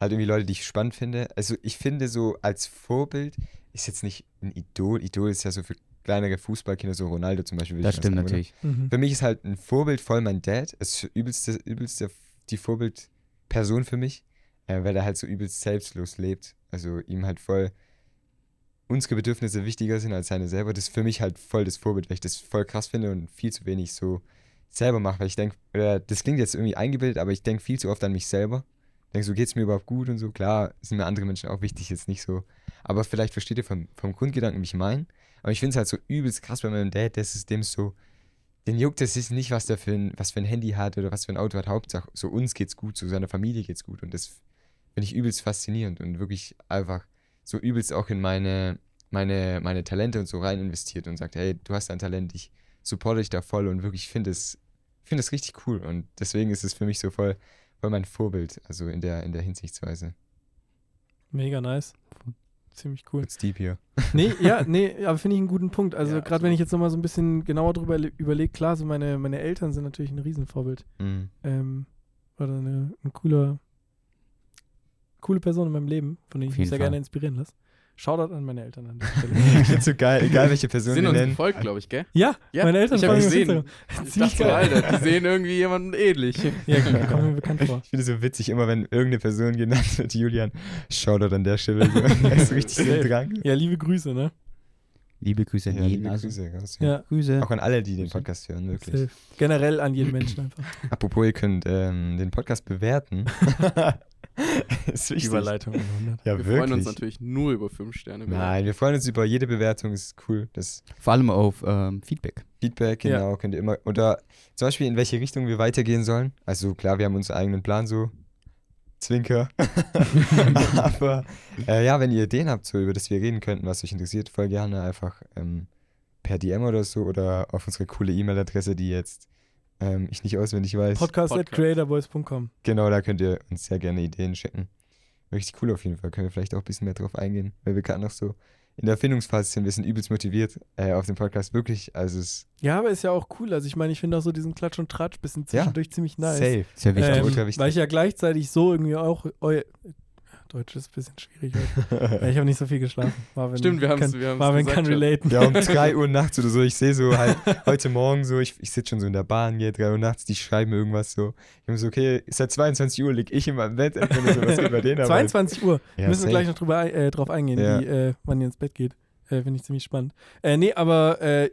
Speaker 1: halt irgendwie Leute, die ich spannend finde. Also ich finde so als Vorbild ist jetzt nicht ein Idol. Idol ist ja so für kleinere Fußballkinder, so Ronaldo zum Beispiel. würde
Speaker 3: Das
Speaker 1: ich mal
Speaker 3: stimmt
Speaker 1: sagen, oder?
Speaker 3: natürlich.
Speaker 2: mhm.
Speaker 1: Für mich ist halt ein Vorbild voll mein Dad. Ist übelste, übelste die Vorbildperson für mich, äh, weil er halt so übelst selbstlos lebt. Also ihm halt voll unsere Bedürfnisse wichtiger sind als seine selber, das ist für mich halt voll das Vorbild, weil ich das voll krass finde und viel zu wenig so selber mache, weil ich denke, oder das klingt jetzt irgendwie eingebildet, aber ich denke viel zu oft an mich selber. Denke so, geht's mir überhaupt gut und so. Klar, sind mir andere Menschen auch wichtig, jetzt nicht so. Aber vielleicht versteht ihr vom, vom Grundgedanken, wie ich meine. Aber ich finde es halt so übelst krass bei meinem Dad, dass es dem so, den juckt es ist nicht, was der für ein, was für ein Handy hat oder was für ein Auto hat. Hauptsache, so uns geht's gut, so seiner Familie geht's gut. Und das finde ich übelst faszinierend und wirklich einfach so übelst auch in meine, meine, meine Talente und so rein investiert und sagt, hey, du hast ein Talent, ich supporte dich da voll und wirklich finde es, finde es richtig cool. Und deswegen ist es für mich so voll, voll mein Vorbild, also in der, in der Hinsichtsweise.
Speaker 2: Mega nice. Ziemlich cool.
Speaker 1: It's deep hier.
Speaker 2: Nee, ja, nee, aber finde ich einen guten Punkt. Also
Speaker 1: Ja,
Speaker 2: gerade wenn ich jetzt nochmal so ein bisschen genauer drüber le- überlege, klar, so meine, meine Eltern sind natürlich ein Riesenvorbild.
Speaker 1: Mhm.
Speaker 2: Ähm, oder eine, ein cooler, coole Person in meinem Leben, von denen
Speaker 3: Auf
Speaker 2: ich mich
Speaker 3: jeden
Speaker 2: sehr
Speaker 3: Fall.
Speaker 2: gerne inspirieren lasse. Shoutout an meine Eltern an der Stelle.
Speaker 1: Ich find's so geil, egal welche Person
Speaker 4: sind
Speaker 1: wir
Speaker 4: uns
Speaker 1: nennen.
Speaker 4: gefolgt, glaube ich, gell?
Speaker 2: ja,
Speaker 4: Ja,
Speaker 2: meine Eltern
Speaker 4: ich hab
Speaker 2: folgen mir auf
Speaker 4: gesehen.
Speaker 2: Instagram.
Speaker 4: Ich
Speaker 2: Ziemlich
Speaker 4: dachte,
Speaker 2: geil.
Speaker 4: Alter, die sehen irgendwie jemanden ähnlich.
Speaker 2: Ja, komm, kommt mir bekannt vor.
Speaker 1: Ich finde es so witzig, immer wenn irgendeine Person genannt wird, Julian, Shoutout an der Stelle. Er ist richtig so
Speaker 2: Safe.
Speaker 1: dran.
Speaker 2: Ja, liebe Grüße, ne?
Speaker 3: Liebe Grüße an
Speaker 1: Ja,
Speaker 3: jeden.
Speaker 1: liebe
Speaker 3: Also,
Speaker 1: Grüße, ganz
Speaker 2: Ja.
Speaker 1: ja.
Speaker 3: Grüße.
Speaker 1: Auch an alle, die den Podcast hören, wirklich.
Speaker 2: Safe. Generell an jeden Menschen einfach.
Speaker 1: Apropos, ihr könnt ähm, den Podcast bewerten. ist wichtig.
Speaker 2: Überleitung. 100.
Speaker 1: Ja,
Speaker 4: Wir
Speaker 1: wirklich.
Speaker 4: freuen uns natürlich nur über 5 Sterne.
Speaker 1: Nein, wir freuen uns über jede Bewertung, ist cool. Das
Speaker 3: Vor allem auf ähm, Feedback.
Speaker 1: Feedback,
Speaker 2: Ja.
Speaker 1: genau, könnt ihr immer. Oder zum Beispiel, in welche Richtung wir weitergehen sollen. Also klar, wir haben unseren eigenen Plan so. Zwinker. Aber äh, ja, wenn ihr Ideen habt, so, über das wir reden könnten, was euch interessiert, voll gerne einfach ähm, per DM oder so oder auf unsere coole E-Mail-Adresse, die jetzt ähm, ich nicht auswendig weiß.
Speaker 2: Podcast at
Speaker 4: Podcast.
Speaker 2: creatorboys.com.
Speaker 1: Genau, da könnt ihr uns sehr gerne Ideen schicken. Richtig cool auf jeden Fall. Können wir vielleicht auch ein bisschen mehr drauf eingehen, weil wir gerade noch so in der Erfindungsphase sind. Wir sind übelst motiviert äh, auf den Podcast, wirklich. Also es ist
Speaker 2: Ja, aber ist ja auch cool. Also ich meine, ich finde auch so diesen Klatsch und Tratsch bisschen
Speaker 1: Ja.
Speaker 2: zwischendurch ziemlich nice.
Speaker 1: safe.
Speaker 3: Sehr wichtig.
Speaker 1: Ähm,
Speaker 2: Ähm,
Speaker 1: Ultra wichtig.
Speaker 2: Weil ich ja gleichzeitig so irgendwie auch. Eu Deutsch ist ein bisschen schwierig heute. ja, ich habe nicht so viel geschlafen. Marvin
Speaker 4: Stimmt, wir haben's-
Speaker 2: kann-
Speaker 4: wir haben's
Speaker 2: Marvin
Speaker 4: gesagt
Speaker 2: kann
Speaker 4: schon.
Speaker 2: relaten.
Speaker 1: ja, um 3 Uhr nachts oder so. Ich sehe so halt heute Morgen so, ich, ich sitze schon so in der Bahn, gehe 3 Uhr nachts, die schreiben irgendwas so. Ich bin so, okay, seit 22 Uhr liege ich in meinem Bett. Ich so, was geht bei denen halt ab?
Speaker 2: 22 Uhr. Müssen
Speaker 1: Ja,
Speaker 2: wir
Speaker 1: safe.
Speaker 2: gleich noch drüber, ein- äh, drauf eingehen,
Speaker 1: Ja.
Speaker 2: wie, äh, wann ihr ins Bett geht. Äh, Finde ich ziemlich spannend. Äh, nee, aber äh,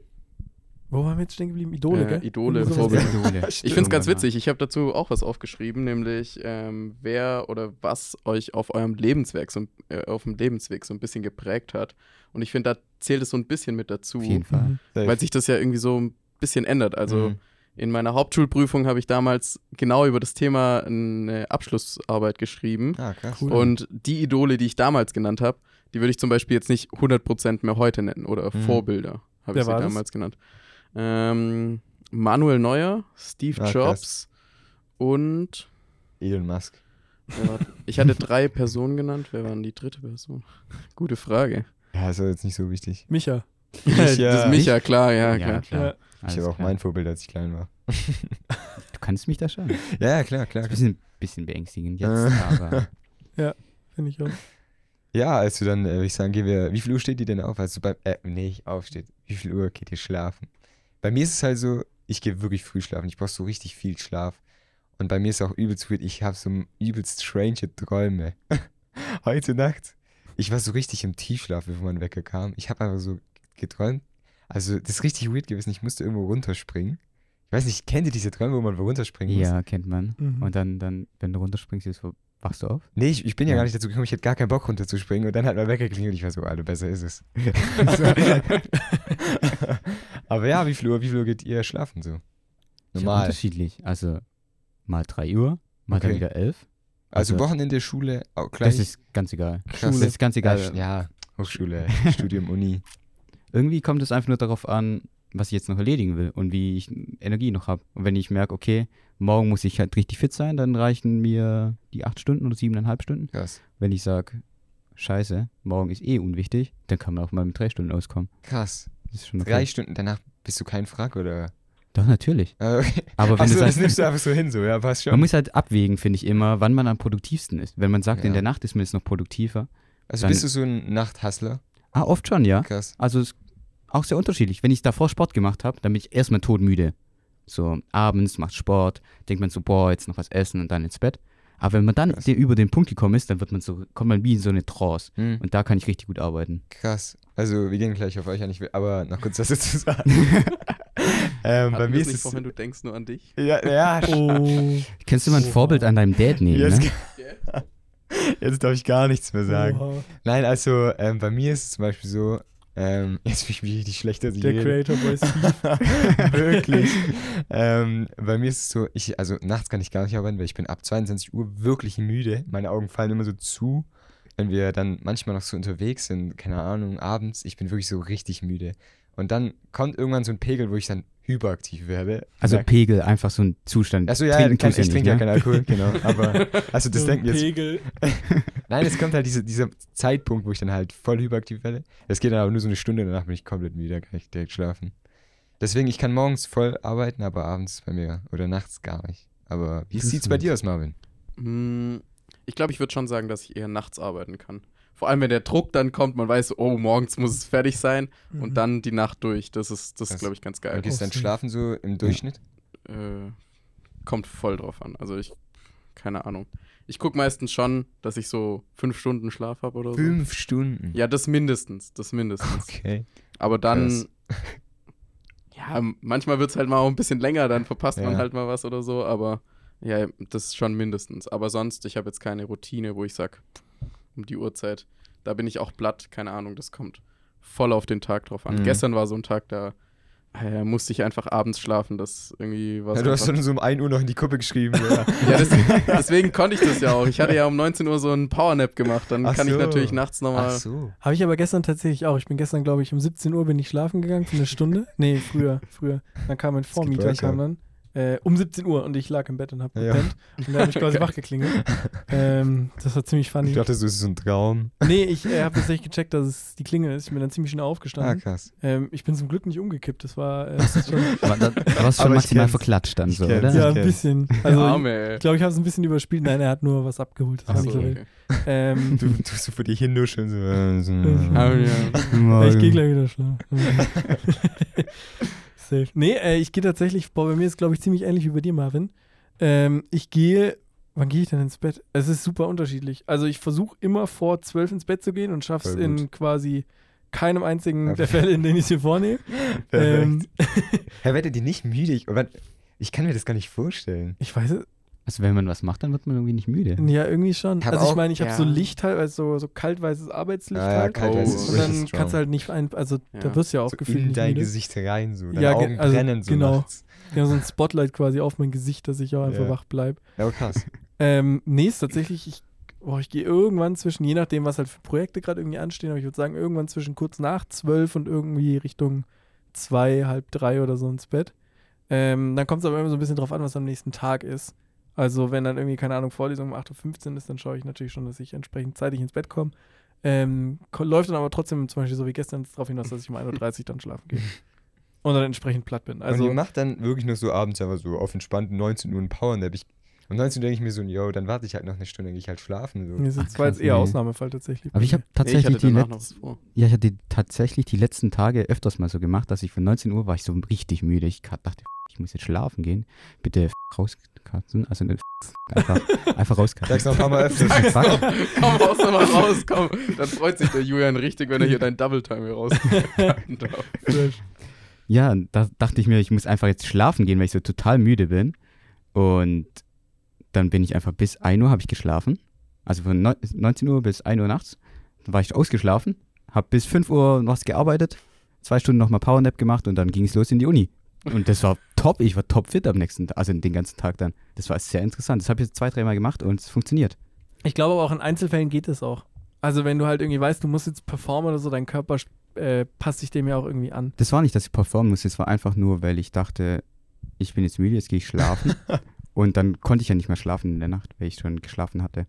Speaker 2: wo waren wir jetzt stehen geblieben? Idole,
Speaker 4: Äh,
Speaker 2: gell?
Speaker 4: Idole,
Speaker 2: Irgendwie sowas.
Speaker 4: Vorbild.
Speaker 3: Idole.
Speaker 4: Ich finde es ganz witzig. Ich habe dazu auch was aufgeschrieben, nämlich ähm, wer oder was euch auf eurem Lebensweg so, ein- äh, auf dem Lebensweg so ein bisschen geprägt hat. Und ich finde, da zählt es so ein bisschen mit dazu,
Speaker 3: Auf jeden Fall.
Speaker 2: Mhm.
Speaker 1: Safe.
Speaker 4: weil sich das ja irgendwie so ein bisschen ändert. Also
Speaker 1: Mhm.
Speaker 4: in meiner Hauptschulprüfung habe ich damals genau über das Thema eine Abschlussarbeit geschrieben.
Speaker 1: Ah, krass.
Speaker 2: Cool.
Speaker 4: Und die Idole, die ich damals genannt habe, die würde ich zum Beispiel jetzt nicht 100% mehr heute nennen oder
Speaker 1: Mhm.
Speaker 4: Vorbilder, habe
Speaker 2: Wer
Speaker 4: ich sie
Speaker 2: war das?
Speaker 4: damals genannt. Ähm, Manuel Neuer, Steve
Speaker 1: Ah, krass.
Speaker 4: Jobs und
Speaker 1: Elon Musk.
Speaker 4: wer war- ich hatte drei Personen genannt. Wer war denn die dritte Person? Gute Frage.
Speaker 1: Ja, ist aber jetzt nicht so wichtig.
Speaker 2: Micha.
Speaker 1: Äh, Ich, ja,
Speaker 4: das ist Micha, klar, ja,
Speaker 3: Ja,
Speaker 4: klar.
Speaker 3: klar.
Speaker 1: ich
Speaker 3: Alles
Speaker 1: habe auch
Speaker 3: klar.
Speaker 1: mein Vorbild, als ich klein war.
Speaker 3: Du kannst mich da schon. Ist
Speaker 1: Ja, ja, klar, klar.
Speaker 3: ein
Speaker 1: klar.
Speaker 3: bisschen, bisschen beängstigend jetzt,
Speaker 1: Äh.
Speaker 3: aber
Speaker 2: Finde ich auch.
Speaker 1: Ja, also dann äh, würde ich sagen, gehen wir. Wie viel Uhr steht die denn auf? Also beim. Äh, nee, ich aufsteht. Wie viel Uhr geht ihr schlafen? Bei mir ist es halt so, ich gehe wirklich früh schlafen. Ich brauche so richtig viel Schlaf. Und bei mir ist auch übelst weird. Ich habe so übelst strange Träume. Heute Nacht. Ich war so richtig im Tiefschlaf, bevor mein Wecker kam. Ich habe einfach so geträumt. Also, das ist richtig weird gewesen. Ich musste irgendwo runterspringen. Ich weiß nicht, kennt ihr diese Träume, wo man wo runterspringen muss?
Speaker 3: ja, kennt man.
Speaker 2: Mhm.
Speaker 3: Und dann, dann, wenn du runterspringst, ist, wachst du auf.
Speaker 1: Nee, ich, ich bin ja,
Speaker 3: Ja.
Speaker 1: gar nicht dazu gekommen, ich hätte gar keinen Bock runterzuspringen und dann hat mein Wecker geklingelt und ich war so, Alter, besser ist es. So. Aber ja, wie viel Uhr, wie viel Uhr geht ihr schlafen so?
Speaker 3: Ist ja
Speaker 1: Normal.
Speaker 3: unterschiedlich. Also mal 3 Uhr, mal dann
Speaker 1: Okay.
Speaker 3: wieder 11.
Speaker 1: Also
Speaker 3: also-
Speaker 1: Wochenende, Schule, auch gleich.
Speaker 3: Das ist ganz egal.
Speaker 1: Krass.
Speaker 3: Das ist ganz egal.
Speaker 1: Also, ja, Hochschule, Studium, Uni.
Speaker 3: Irgendwie kommt es einfach nur darauf an, was ich jetzt noch erledigen will und wie ich Energie noch habe. Und wenn ich merke, okay, morgen muss ich halt richtig fit sein, dann reichen mir die 8 Stunden oder 7,5 Stunden.
Speaker 1: Krass.
Speaker 3: Wenn ich sage, scheiße, morgen ist eh unwichtig, dann kann man auch mal mit 3 Stunden auskommen.
Speaker 1: Krass.
Speaker 3: Das ist schon okay.
Speaker 1: Drei Stunden danach bist du kein Frack oder?
Speaker 3: Doch, natürlich.
Speaker 1: Ah, okay.
Speaker 3: Aber wenn
Speaker 1: Achso,
Speaker 3: du
Speaker 1: das
Speaker 3: sagst,
Speaker 1: nimmst du einfach so hin, so, ja, passt
Speaker 3: man
Speaker 1: schon.
Speaker 3: muss halt abwägen, finde ich immer, wann man am produktivsten ist. Wenn man sagt, in
Speaker 1: Ja.
Speaker 3: der Nacht ist man jetzt noch produktiver.
Speaker 1: Also
Speaker 3: dann-
Speaker 1: bist du so ein Nachthassler?
Speaker 3: Ah, oft schon, ja.
Speaker 1: Krass.
Speaker 3: Also es ist auch sehr unterschiedlich. Wenn ich davor Sport gemacht habe, dann bin ich erstmal todmüde. So abends macht Sport, denkt man so, boah, jetzt noch was essen und dann ins Bett. Aber wenn man dann
Speaker 1: Krass.
Speaker 3: de über den Punkt gekommen ist, dann wird man so, kommt man wie in so eine Trance.
Speaker 1: Hm,
Speaker 3: Und da kann ich richtig gut arbeiten.
Speaker 1: krass. Also, wir gehen gleich auf euch an, ich will aber noch kurz was dazu sagen. ähm, bei
Speaker 4: Hatten
Speaker 1: mir
Speaker 4: wir
Speaker 1: ist
Speaker 4: nicht
Speaker 1: es.
Speaker 4: vorhin, du denkst nur an dich.
Speaker 1: Ja, ja,
Speaker 2: Oh.
Speaker 3: Kannst du mal ein
Speaker 2: Oha.
Speaker 3: Vorbild an deinem Dad nehmen,
Speaker 1: jetzt,
Speaker 3: ne?
Speaker 1: jetzt darf ich gar nichts mehr sagen.
Speaker 2: Oha.
Speaker 1: Nein, also ähm, bei mir ist es zum Beispiel so, ähm, jetzt fühle ich mich richtig schlecht, dass ich
Speaker 2: Der
Speaker 1: rede.
Speaker 2: Creator Boy Steve.
Speaker 1: wirklich. ähm, bei mir ist es so, ich, also nachts kann ich gar nicht arbeiten, weil ich bin ab 22 Uhr wirklich müde. Meine Augen fallen immer so zu, wenn wir dann manchmal noch so unterwegs sind, keine Ahnung, abends. Ich bin wirklich so richtig müde. Und dann kommt irgendwann so ein Pegel, wo ich dann hyperaktiv werde.
Speaker 3: Also
Speaker 1: Merk-
Speaker 3: Pegel, einfach so ein Zustand.
Speaker 1: Achso, ja,
Speaker 3: Trinken
Speaker 1: kein,
Speaker 3: tust du
Speaker 1: ich
Speaker 3: nicht,
Speaker 1: trinke ja
Speaker 3: ne?
Speaker 1: keinen Alkohol, genau. Aber, also das
Speaker 2: So ein
Speaker 1: denken jetzt
Speaker 2: Pegel.
Speaker 1: Nein, es kommt halt diese, dieser Zeitpunkt, wo ich dann halt voll hyperaktiv werde. Es geht dann aber nur so eine Stunde, danach bin ich komplett müde, kann ich direkt schlafen. Deswegen, ich kann morgens voll arbeiten, aber abends bei mir oder nachts gar nicht. Aber wie
Speaker 3: Das
Speaker 1: sieht's bei
Speaker 3: ist
Speaker 1: dir aus, Marvin?
Speaker 4: Hm, Ich glaube, ich würde schon sagen, dass ich eher nachts arbeiten kann. Vor allem, wenn der Druck dann kommt, man weiß, oh, morgens muss es fertig sein
Speaker 2: Mhm.
Speaker 4: und dann die Nacht durch. Das ist, das
Speaker 1: Das-
Speaker 4: ist glaube ich, ganz
Speaker 1: Wie
Speaker 4: geil.
Speaker 1: gehst du dann
Speaker 2: Aufsehen.
Speaker 1: schlafen so im Durchschnitt?
Speaker 4: Äh, kommt voll drauf an. Also ich, keine Ahnung. Ich gucke meistens schon, dass ich so fünf Stunden Schlaf habe oder so.
Speaker 1: Fünf Stunden.
Speaker 4: Ja, das mindestens, das mindestens.
Speaker 1: Okay.
Speaker 4: Aber dann,
Speaker 1: Krass.
Speaker 4: ja, manchmal wird es halt mal auch ein bisschen länger, dann verpasst man
Speaker 1: Ja.
Speaker 4: halt mal was oder so, aber ja, das ist schon mindestens. Aber sonst, ich habe jetzt keine Routine, wo ich sage, um die Uhrzeit, da bin ich auch platt, keine Ahnung, das kommt voll auf den Tag drauf an.
Speaker 1: Mhm.
Speaker 4: Gestern war so ein Tag, da äh, musste ich einfach abends schlafen, das irgendwie war
Speaker 1: Ja,
Speaker 4: so
Speaker 1: du hast
Speaker 4: einfach-
Speaker 1: dann so um 1 Uhr noch in die Kuppe geschrieben. Ja.
Speaker 4: ja, des- deswegen konnte ich das ja auch. Ich hatte ja um 19 Uhr so einen Powernap gemacht, dann
Speaker 1: Ach
Speaker 4: kann ich
Speaker 1: so.
Speaker 4: natürlich nachts
Speaker 1: Ach
Speaker 4: nochmal.
Speaker 1: so.
Speaker 2: Habe ich aber gestern tatsächlich auch. Ich bin gestern, glaube ich, um 17 Uhr bin ich schlafen gegangen für eine Stunde. Nee, früher, früher. Dann kam mein
Speaker 1: gibt
Speaker 2: Vormieter, kam dann äh, um 17 Uhr und ich lag im Bett und habe
Speaker 1: Ja.
Speaker 2: gepennt. Und dann habe ich quasi wach geklingelt. Ähm, das war ziemlich
Speaker 1: Ich
Speaker 2: funny.
Speaker 1: dachte, so ist es ein Traum.
Speaker 2: Nee, ich äh, habe tatsächlich gecheckt, dass es die Klingel ist. Ich bin dann ziemlich schnell
Speaker 1: Ah,
Speaker 2: aufgestanden.
Speaker 1: krass.
Speaker 2: ähm, ich bin zum Glück nicht umgekippt. Das war äh, das ist schon,
Speaker 3: Aber da, da warst du schon
Speaker 1: Aber ich
Speaker 3: maximal
Speaker 1: kenn's.
Speaker 3: verklatscht dann
Speaker 1: Ich
Speaker 3: so,
Speaker 1: kenn's.
Speaker 3: oder?
Speaker 2: ja ein
Speaker 1: okay.
Speaker 2: bisschen. Also
Speaker 4: Arme,
Speaker 2: ich
Speaker 4: ey.
Speaker 2: glaube, ich habe es ein bisschen überspielt. Nein, er hat nur was abgeholt. Das war
Speaker 1: Ach
Speaker 2: nicht
Speaker 4: So,
Speaker 2: so wild.
Speaker 4: okay.
Speaker 2: Ähm,
Speaker 1: Du tust so vor dir hinduschen. So, äh, so,
Speaker 4: Ah, ja.
Speaker 2: Ja, ich gehe
Speaker 3: Morgen.
Speaker 2: gleich wieder schlafen. Safe. Nee, äh, ich gehe tatsächlich, boah, bei mir ist glaube ich ziemlich ähnlich wie bei dir, Marvin. Ähm, ich gehe, wann gehe ich denn ins Bett? Es ist super unterschiedlich. Also ich versuche immer vor zwölf ins Bett zu gehen und schaff's
Speaker 1: Voll gut.
Speaker 2: in quasi keinem einzigen der
Speaker 1: Perfekt.
Speaker 2: Fälle, in denen ich es hier vornehme.
Speaker 1: Perfekt.
Speaker 2: Ähm,
Speaker 1: Herr, werdet ihr nicht müde? Ich, aber- ich kann mir das gar nicht vorstellen.
Speaker 2: ich weiß es,
Speaker 3: Also wenn man was macht, dann wird man irgendwie nicht müde.
Speaker 2: ja, irgendwie schon.
Speaker 1: Hab
Speaker 2: also ich
Speaker 1: auch-
Speaker 2: meine, ich habe so
Speaker 4: ja.
Speaker 2: Licht halt, also so kaltweißes Arbeitslicht
Speaker 1: Ah, ja,
Speaker 2: halt.
Speaker 1: kalt,
Speaker 4: Oh.
Speaker 1: das ist
Speaker 2: Und
Speaker 1: richtig
Speaker 2: dann
Speaker 1: strong.
Speaker 2: kannst du halt nicht ein, also da
Speaker 4: Ja.
Speaker 2: wirst du ja auch
Speaker 1: so
Speaker 2: gefühlt
Speaker 1: in
Speaker 2: nicht
Speaker 1: dein
Speaker 2: müde.
Speaker 1: Gesicht rein, so. Deine
Speaker 2: Ja, ge-
Speaker 1: Augen
Speaker 2: also,
Speaker 1: brennen so
Speaker 2: genau.
Speaker 1: nachts.
Speaker 2: Ja, so ein Spotlight quasi auf mein Gesicht, dass ich auch einfach
Speaker 1: Ja.
Speaker 2: wach bleib.
Speaker 1: Ja, aber krass.
Speaker 2: Ähm, nee, ist tatsächlich, ich, boah, ich gehe irgendwann zwischen, je nachdem, was halt für Projekte gerade irgendwie anstehen, aber ich würde sagen, irgendwann zwischen kurz nach zwölf und irgendwie Richtung zwei, halb drei oder so ins Bett. Ähm, dann kommt es aber immer so ein bisschen drauf an, was am nächsten Tag ist. Also, wenn dann irgendwie, keine Ahnung, Vorlesung um 8.15 Uhr ist, dann schaue ich natürlich schon, dass ich entsprechend zeitig ins Bett komme. Ähm, ko- läuft dann aber trotzdem zum Beispiel so wie gestern darauf hinaus, dass ich um 1.30 Uhr dann schlafen gehe. Und dann entsprechend platt bin.
Speaker 1: Also,
Speaker 2: Also,
Speaker 1: und ihr macht dann wirklich nur so abends einfach so auf entspannt 19 Uhr einen Powernap. Ich, um 19 Uhr denke ich mir so, yo, dann warte ich halt noch eine Stunde, dann gehe ich halt schlafen. So.
Speaker 2: das
Speaker 3: Ach,
Speaker 2: war jetzt
Speaker 3: krass,
Speaker 2: eher
Speaker 3: nee.
Speaker 2: Ausnahmefall tatsächlich.
Speaker 3: Aber ich habe tatsächlich
Speaker 4: nee, ich hatte
Speaker 3: die
Speaker 4: danach
Speaker 3: letzten
Speaker 4: noch was vor.
Speaker 3: Ja, ich hatte tatsächlich die letzten Tage öfters mal so gemacht, dass ich von 19 Uhr war ich so richtig müde. Ich grad dachte, ich muss jetzt schlafen gehen. Bitte f- rauskatzen. Also ne, f- einfach, einfach
Speaker 1: Sag's
Speaker 3: rauskatzen.
Speaker 1: noch ein paar Mal öfters.
Speaker 3: Fuck.
Speaker 4: Komm, raus nochmal raus, komm. Dann freut sich der Julian richtig, wenn er hier dein Double Time hier rauspacken darf.
Speaker 3: Ja, da dachte ich mir, ich muss einfach jetzt schlafen gehen, weil ich so total müde bin. Und dann bin ich einfach bis 1 Uhr habe ich geschlafen. Also von neun- 19 Uhr bis 1 Uhr nachts. Dann war ich ausgeschlafen, habe bis 5 Uhr noch was gearbeitet, zwei Stunden nochmal Powernap gemacht und dann ging es los in die Uni. Und das war top, ich war topfit am nächsten Tag, also den ganzen Tag dann. Das war sehr interessant. Das habe ich jetzt zwei, dreimal gemacht und es funktioniert.
Speaker 2: Ich glaube aber auch in Einzelfällen geht es auch. Also wenn du halt irgendwie weißt, du musst jetzt performen oder so, dein Körper äh, passt sich dem ja auch irgendwie an.
Speaker 3: Das war nicht, dass ich performen musste, es war einfach nur, weil ich dachte, ich bin jetzt müde, jetzt gehe ich schlafen. und dann konnte ich ja nicht mehr schlafen in der Nacht, weil ich schon geschlafen hatte.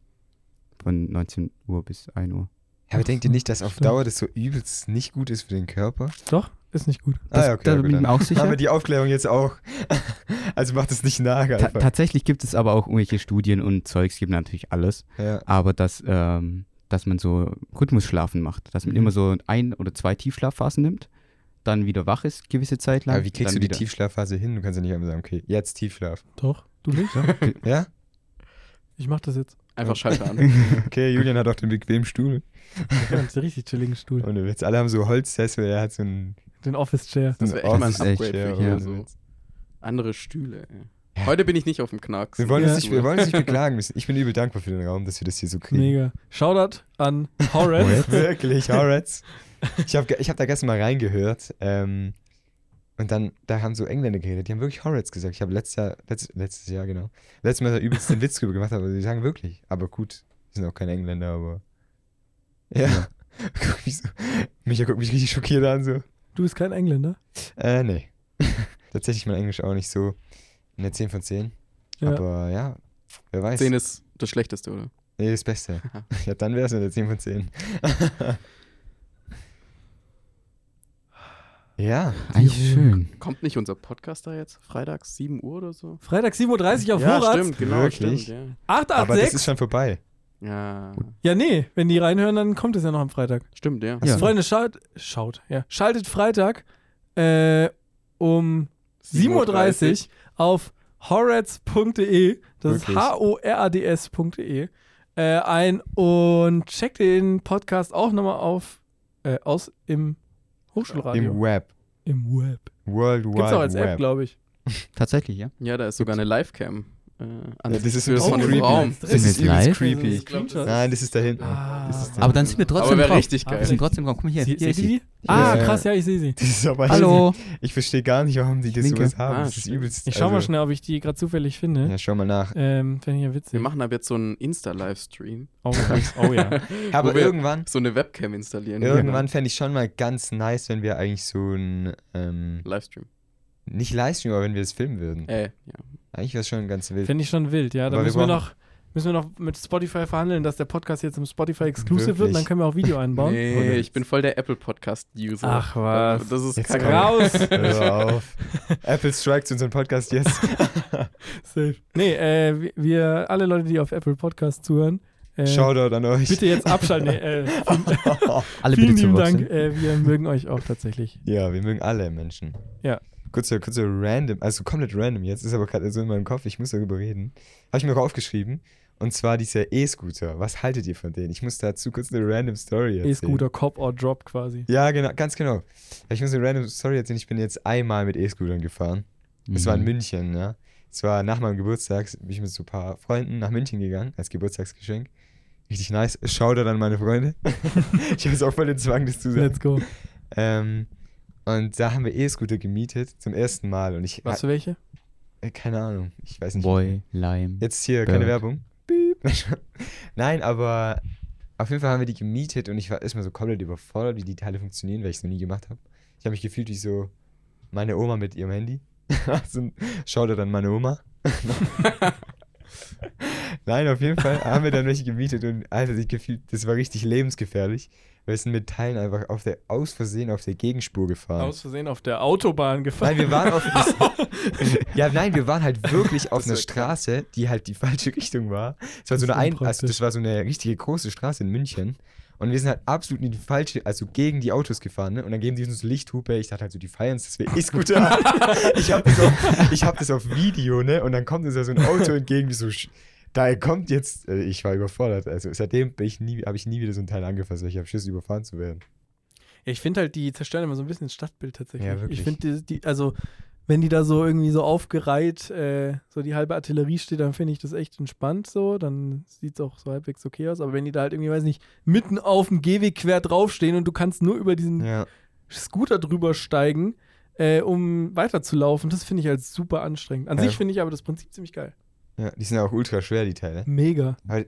Speaker 3: Von 19 Uhr bis 1 Uhr.
Speaker 1: Ja, aber denkt ihr nicht, dass auf
Speaker 2: Stimmt.
Speaker 1: Dauer das so übelst nicht gut ist für den Körper?
Speaker 2: Doch, ist nicht gut.
Speaker 1: Ah,
Speaker 3: Das,
Speaker 1: ja, okay,
Speaker 3: da
Speaker 1: gut,
Speaker 3: bin ich
Speaker 1: dann.
Speaker 3: mir auch
Speaker 1: Haben
Speaker 3: sicher.
Speaker 1: wir die Aufklärung jetzt auch. also macht es nicht nach
Speaker 3: Ta
Speaker 1: einfach.
Speaker 3: tatsächlich gibt es aber auch irgendwelche Studien und Zeugs, gibt natürlich alles.
Speaker 1: Ja.
Speaker 3: Aber dass, ähm, dass man so Rhythmusschlafen macht, dass man
Speaker 1: Mhm.
Speaker 3: immer so ein oder zwei Tiefschlafphasen nimmt, dann wieder wach ist, gewisse Zeit lang.
Speaker 1: Aber wie kriegst du
Speaker 3: dann
Speaker 1: die
Speaker 3: wieder-
Speaker 1: Tiefschlafphase hin? Du kannst ja nicht einfach sagen, okay, jetzt Tiefschlaf.
Speaker 2: Doch, du nicht.
Speaker 1: Ja?
Speaker 2: Ich mach das jetzt.
Speaker 4: Einfach Schalter an.
Speaker 1: Okay, Julian hat auch den bequemen Stuhl.
Speaker 2: Ja, das ist ein richtig chilligen Stuhl.
Speaker 1: Und jetzt alle haben so Holzsessel, er hat so einen.
Speaker 2: Den Office-Chair.
Speaker 4: Das
Speaker 1: so
Speaker 4: wäre
Speaker 1: einen
Speaker 4: echt mal ein
Speaker 1: Office-Chair
Speaker 4: Upgrade für
Speaker 1: oder
Speaker 4: hier.
Speaker 1: so.
Speaker 4: So. Andere Stühle, ey. Heute bin ich nicht auf dem Knacks.
Speaker 1: Wir wollen,
Speaker 2: Ja.
Speaker 1: uns nicht, wir wollen uns nicht beklagen müssen. Ich bin übel dankbar für den Raum, dass wir das hier so kriegen.
Speaker 2: Mega. Shoutout an Horace.
Speaker 1: Wirklich, Horrets. Ich habe ich hab da gestern mal reingehört. Ähm, und dann, da haben so Engländer geredet, die haben wirklich Horrets gesagt. Ich habe letztes Jahr, letzt, letztes Jahr, genau, letztes Mal da übelst den Witz drüber gemacht, aber die sagen wirklich. Aber gut, die sind auch keine Engländer, aber. Ja. Guck mich so, Micha guckt mich richtig schockiert an, so.
Speaker 2: Du bist kein Engländer.
Speaker 1: Äh, nee. Tatsächlich mein Englisch auch nicht so eine 10 von 10.
Speaker 2: Ja.
Speaker 1: Aber ja, wer weiß.
Speaker 4: 10 ist das Schlechteste, oder?
Speaker 1: Nee, das Beste. ja, dann wäre es eine 10 von 10. ja.
Speaker 3: Eigentlich Ah, schön.
Speaker 4: Kommt nicht unser Podcast da jetzt? Freitags, 7 Uhr oder so?
Speaker 2: Freitag 7.30 Uhr auf
Speaker 4: ja,
Speaker 2: Vorrat.
Speaker 4: stimmt, genau,
Speaker 1: Wirklich?
Speaker 4: stimmt,
Speaker 1: Aber das ist
Speaker 2: 886.
Speaker 1: schon vorbei.
Speaker 4: ja. Ja,
Speaker 2: Ja, nee, wenn die reinhören, dann kommt es ja noch am Freitag.
Speaker 4: stimmt, ja.
Speaker 3: Ja.
Speaker 2: Freunde, schaut, schaut, ja. Schaltet Freitag äh, um 7.30 Uhr auf horads.de, das ist
Speaker 1: Wirklich?
Speaker 2: H-O-R-A-D-S.de, äh, ein und checkt den Podcast auch nochmal auf, äh, aus im Hochschulradio.
Speaker 1: Im Web.
Speaker 2: Im Web.
Speaker 1: World Wide
Speaker 2: Gibt's auch als
Speaker 1: Web.
Speaker 2: App, glaube ich.
Speaker 3: Tatsächlich, ja.
Speaker 4: Ja, da ist sogar eine Livecam. Äh,
Speaker 1: ja, das ist
Speaker 4: für
Speaker 1: ein bisschen
Speaker 4: von
Speaker 1: creepy.
Speaker 4: dem Raum.
Speaker 1: Das
Speaker 3: Sind wir
Speaker 1: ist
Speaker 3: jetzt
Speaker 1: übelst
Speaker 3: live?
Speaker 1: creepy.
Speaker 2: Ich glaub, das-
Speaker 1: Nein, das ist da hinten.
Speaker 2: Ah.
Speaker 1: Das ist da-
Speaker 3: Aber dann sind wir
Speaker 4: Aber
Speaker 3: trotzdem
Speaker 4: wäre
Speaker 3: drauf.
Speaker 4: richtig
Speaker 2: Aber
Speaker 3: Wir
Speaker 4: geil.
Speaker 3: sind trotzdem drauf. Guck mal hier.
Speaker 2: Sie,
Speaker 3: hier
Speaker 2: seht
Speaker 3: ist
Speaker 2: ihr
Speaker 3: sie.
Speaker 2: die? Ah,
Speaker 1: Ja.
Speaker 2: krass, ja, ich sehe sie.
Speaker 1: Das ist aber
Speaker 3: Hallo.
Speaker 1: Ich verstehe gar nicht, warum die das
Speaker 3: Linke.
Speaker 1: sowas haben.
Speaker 4: Ah,
Speaker 1: das ist
Speaker 4: stimmt.
Speaker 1: übelst.
Speaker 2: Ich schau mal
Speaker 1: also-
Speaker 2: schnell, ob ich die gerade zufällig finde.
Speaker 1: Ja, schau mal nach.
Speaker 2: Ähm, Fände ich ja
Speaker 4: Wir
Speaker 2: witzig.
Speaker 4: machen aber jetzt so einen Insta-Livestream.
Speaker 2: Oh, oh ja.
Speaker 1: Aber
Speaker 4: Wo wir-
Speaker 1: irgendwann,
Speaker 4: So eine Webcam installieren.
Speaker 1: irgendwann fände ich schon mal ganz nice, wenn wir eigentlich so ein, ähm,
Speaker 4: Genau. Livestream.
Speaker 1: nicht Livestream, aber wenn wir das filmen würden.
Speaker 4: Äh, ja.
Speaker 1: Eigentlich wäre es schon ganz wild.
Speaker 2: Finde ich schon wild, ja. Da
Speaker 1: Aber wir
Speaker 2: müssen wir,
Speaker 1: brauchen-
Speaker 2: noch, müssen wir noch mit Spotify verhandeln, dass der Podcast jetzt im Spotify Exclusive wird.
Speaker 1: Wirklich?
Speaker 2: und Dann können wir auch Video einbauen.
Speaker 4: Nee, ich bin voll der Apple Podcast-User.
Speaker 2: Ach was.
Speaker 4: Das ist
Speaker 1: Jetzt
Speaker 4: kacke.
Speaker 1: komm.
Speaker 2: Raus!
Speaker 1: Hör auf. Apple strikes unseren Podcast jetzt.
Speaker 2: Safe. Nee, äh, wir- wir, alle Leute, die auf Apple Podcast zuhören, äh,
Speaker 1: Shoutout an euch.
Speaker 2: bitte jetzt abschalten. Nee, äh, vielen,
Speaker 3: Alle bitte
Speaker 2: vielen lieben
Speaker 3: zu
Speaker 2: Dank. Äh, wir mögen euch auch tatsächlich.
Speaker 1: ja, wir mögen alle Menschen.
Speaker 2: Ja.
Speaker 1: Kurzer, kurzer random, also komplett random jetzt, ist aber gerade so in meinem Kopf, ich muss darüber reden. Habe ich mir auch aufgeschrieben. Und zwar dieser E-Scooter. Was haltet ihr von denen? Ich muss dazu kurz eine random Story erzählen.
Speaker 2: E-Scooter, Cop or Drop quasi.
Speaker 1: Ja, genau, ganz genau. Ich muss eine random Story erzählen. Ich bin jetzt einmal mit E-Scootern gefahren.
Speaker 3: Mhm.
Speaker 1: Es
Speaker 2: Mhm.
Speaker 1: war in München, ja. Es war nach meinem Geburtstag, bin ich mit so ein paar Freunden nach München gegangen, als Geburtstagsgeschenk. Richtig nice. Shoutout an meine Freunde. ich habe jetzt auch voll den Zwang, das zu sagen.
Speaker 2: Let's go.
Speaker 1: Ähm, und da haben wir E-Scooter gemietet zum ersten Mal. Und ich,
Speaker 2: Was für welche?
Speaker 1: äh, keine Ahnung, ich weiß nicht.
Speaker 3: Boy, Lime.
Speaker 1: Jetzt hier keine
Speaker 3: Bird.
Speaker 1: Werbung. Piep. Nein, aber auf jeden Fall haben wir die gemietet und ich war erstmal so komplett überfordert, wie die Teile funktionieren, weil ich es noch nie gemacht habe. Ich habe mich gefühlt wie so meine Oma mit ihrem Handy. also, Shoutout an meine Oma. Nein, auf jeden Fall haben wir dann welche gemietet und Alter, ich gefühlt, das war richtig lebensgefährlich. Wir sind mit Teilen einfach auf der, aus Versehen auf der Gegenspur gefahren.
Speaker 2: Aus Versehen auf der Autobahn gefahren.
Speaker 1: Nein, wir waren auf. ja, nein, wir waren halt wirklich auf
Speaker 4: Das
Speaker 1: einer
Speaker 4: wär krass.
Speaker 1: Straße, die halt die falsche Richtung war. Es war
Speaker 2: Das
Speaker 1: so
Speaker 2: ist
Speaker 1: eine ein,
Speaker 2: unpraktisch.
Speaker 1: also das war so eine richtige große Straße in München. Und wir sind halt absolut in die falsche, also gegen die Autos gefahren, ne? Und dann geben die uns Lichthupe. Ich dachte halt so, die feiern es, dass wir E-Scooter haben. ich hab das, auf- ich hab das auf Video, ne? Und dann kommt uns da so ein Auto entgegen, wie so. sch- Da kommt jetzt. Äh, ich war überfordert. Also seitdem bin ich nie, habe ich nie wieder so ein Teil angefasst, weil ich habe Schiss, überfahren zu werden.
Speaker 2: Ja, Ich finde halt, die zerstören immer so ein bisschen das Stadtbild tatsächlich.
Speaker 1: Ja, wirklich.
Speaker 2: Ich finde, die, die, also, wenn die da so irgendwie so aufgereiht, äh, so die halbe Artillerie steht, dann finde ich das echt entspannt so. Dann sieht es auch so halbwegs okay aus. Aber wenn die da halt irgendwie, weiß nicht, mitten auf dem Gehweg quer draufstehen und du kannst nur über diesen
Speaker 1: Ja.
Speaker 2: Scooter drüber steigen, äh, um weiterzulaufen, das finde ich halt super anstrengend. An
Speaker 1: Ja.
Speaker 2: sich finde ich aber das Prinzip ziemlich geil.
Speaker 1: ja. Die sind auch ultra schwer, die Teile.
Speaker 2: Mega.
Speaker 1: Aber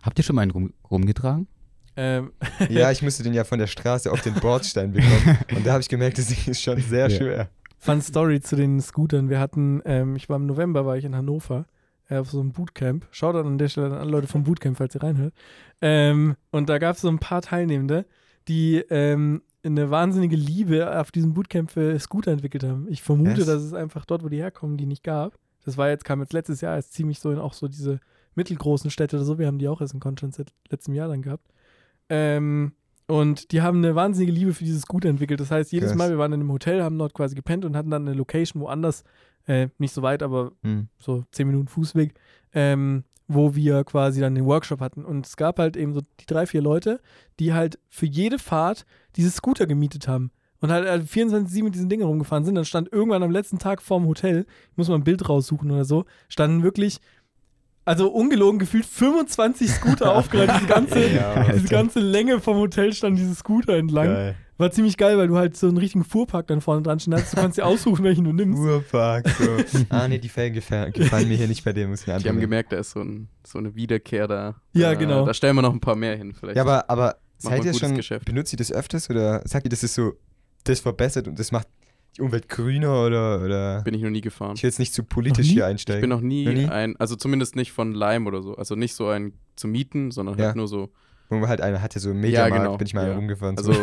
Speaker 3: Habt ihr schon mal einen rum, rumgetragen?
Speaker 2: Ähm,
Speaker 1: Ja, ich musste den ja von der Straße auf den Bordstein bekommen. Und da habe ich gemerkt, das Ding ist schon sehr
Speaker 3: Ja.
Speaker 1: schwer.
Speaker 2: Fun Story zu den Scootern. Wir hatten, ähm, ich war im November, war ich in Hannover äh, auf so einem Bootcamp. Schaut an der Stelle an alle Leute vom Bootcamp, falls ihr reinhört. Ähm, und da gab es so ein paar Teilnehmende, die ähm, eine wahnsinnige Liebe auf diesem Bootcamp für Scooter entwickelt haben. Ich vermute,
Speaker 1: Was?
Speaker 2: dass es einfach dort, wo die herkommen, die nicht gab. Das war jetzt, kam jetzt letztes Jahr erst ziemlich so in auch so diese mittelgroßen Städte oder so. Wir haben die auch erst in Konstanz seit letztem Jahr dann gehabt. Ähm, und die haben eine wahnsinnige Liebe für dieses Gut entwickelt. Das heißt, jedes
Speaker 1: Krass.
Speaker 2: Mal, wir waren in einem Hotel, haben dort quasi gepennt und hatten dann eine Location woanders, äh, nicht so weit, aber so 10 Minuten Fußweg, ähm, wo wir quasi dann den Workshop hatten. Und es gab halt eben so die drei, vier Leute, die halt für jede Fahrt diese Scooter gemietet haben. Und halt äh, 24-7 mit diesen Dingen rumgefahren sind. Dann stand irgendwann am letzten Tag vorm Hotel, ich muss mal ein Bild raussuchen oder so, standen wirklich, also ungelogen gefühlt 25 Scooter aufgereiht. Diese ganze, diese ganze Länge vom Hotel standen diese Scooter entlang.
Speaker 1: Geil.
Speaker 2: War ziemlich geil, weil du halt so einen richtigen Fuhrpark dann vorne dran stehen hast. Du kannst dir aussuchen, welchen du nimmst.
Speaker 1: Urpark, so. ah, nee, die Felgen gefallen, gefallen mir hier nicht bei dir, muss ich
Speaker 4: Die haben gemerkt, da ist so, ein, so eine Wiederkehr da.
Speaker 2: Ja,
Speaker 4: Äh,
Speaker 2: genau.
Speaker 4: Da stellen wir noch ein paar mehr hin, vielleicht.
Speaker 1: Ja, aber, aber
Speaker 4: Macht
Speaker 1: seid
Speaker 4: man
Speaker 1: ihr
Speaker 4: gutes
Speaker 1: schon,
Speaker 4: Geschäft.
Speaker 1: benutzt ihr das öfters oder sagt ihr, das ist so, das verbessert und das macht die Umwelt grüner oder, oder
Speaker 4: bin ich noch nie gefahren.
Speaker 1: ich will jetzt nicht zu politisch
Speaker 2: Noch nie?
Speaker 1: hier
Speaker 4: Ich
Speaker 1: einsteigen.
Speaker 4: bin noch nie,
Speaker 1: Noch nie?
Speaker 4: ein, also zumindest nicht von Leim oder so. Also nicht so ein zu mieten, sondern
Speaker 1: Ja.
Speaker 4: halt nur so.
Speaker 1: Irgendwo halt einer hatte so einen Mediamarkt,
Speaker 4: genau,
Speaker 1: bin ich mal
Speaker 4: ja.
Speaker 1: rumgefahren.
Speaker 4: Also
Speaker 1: so.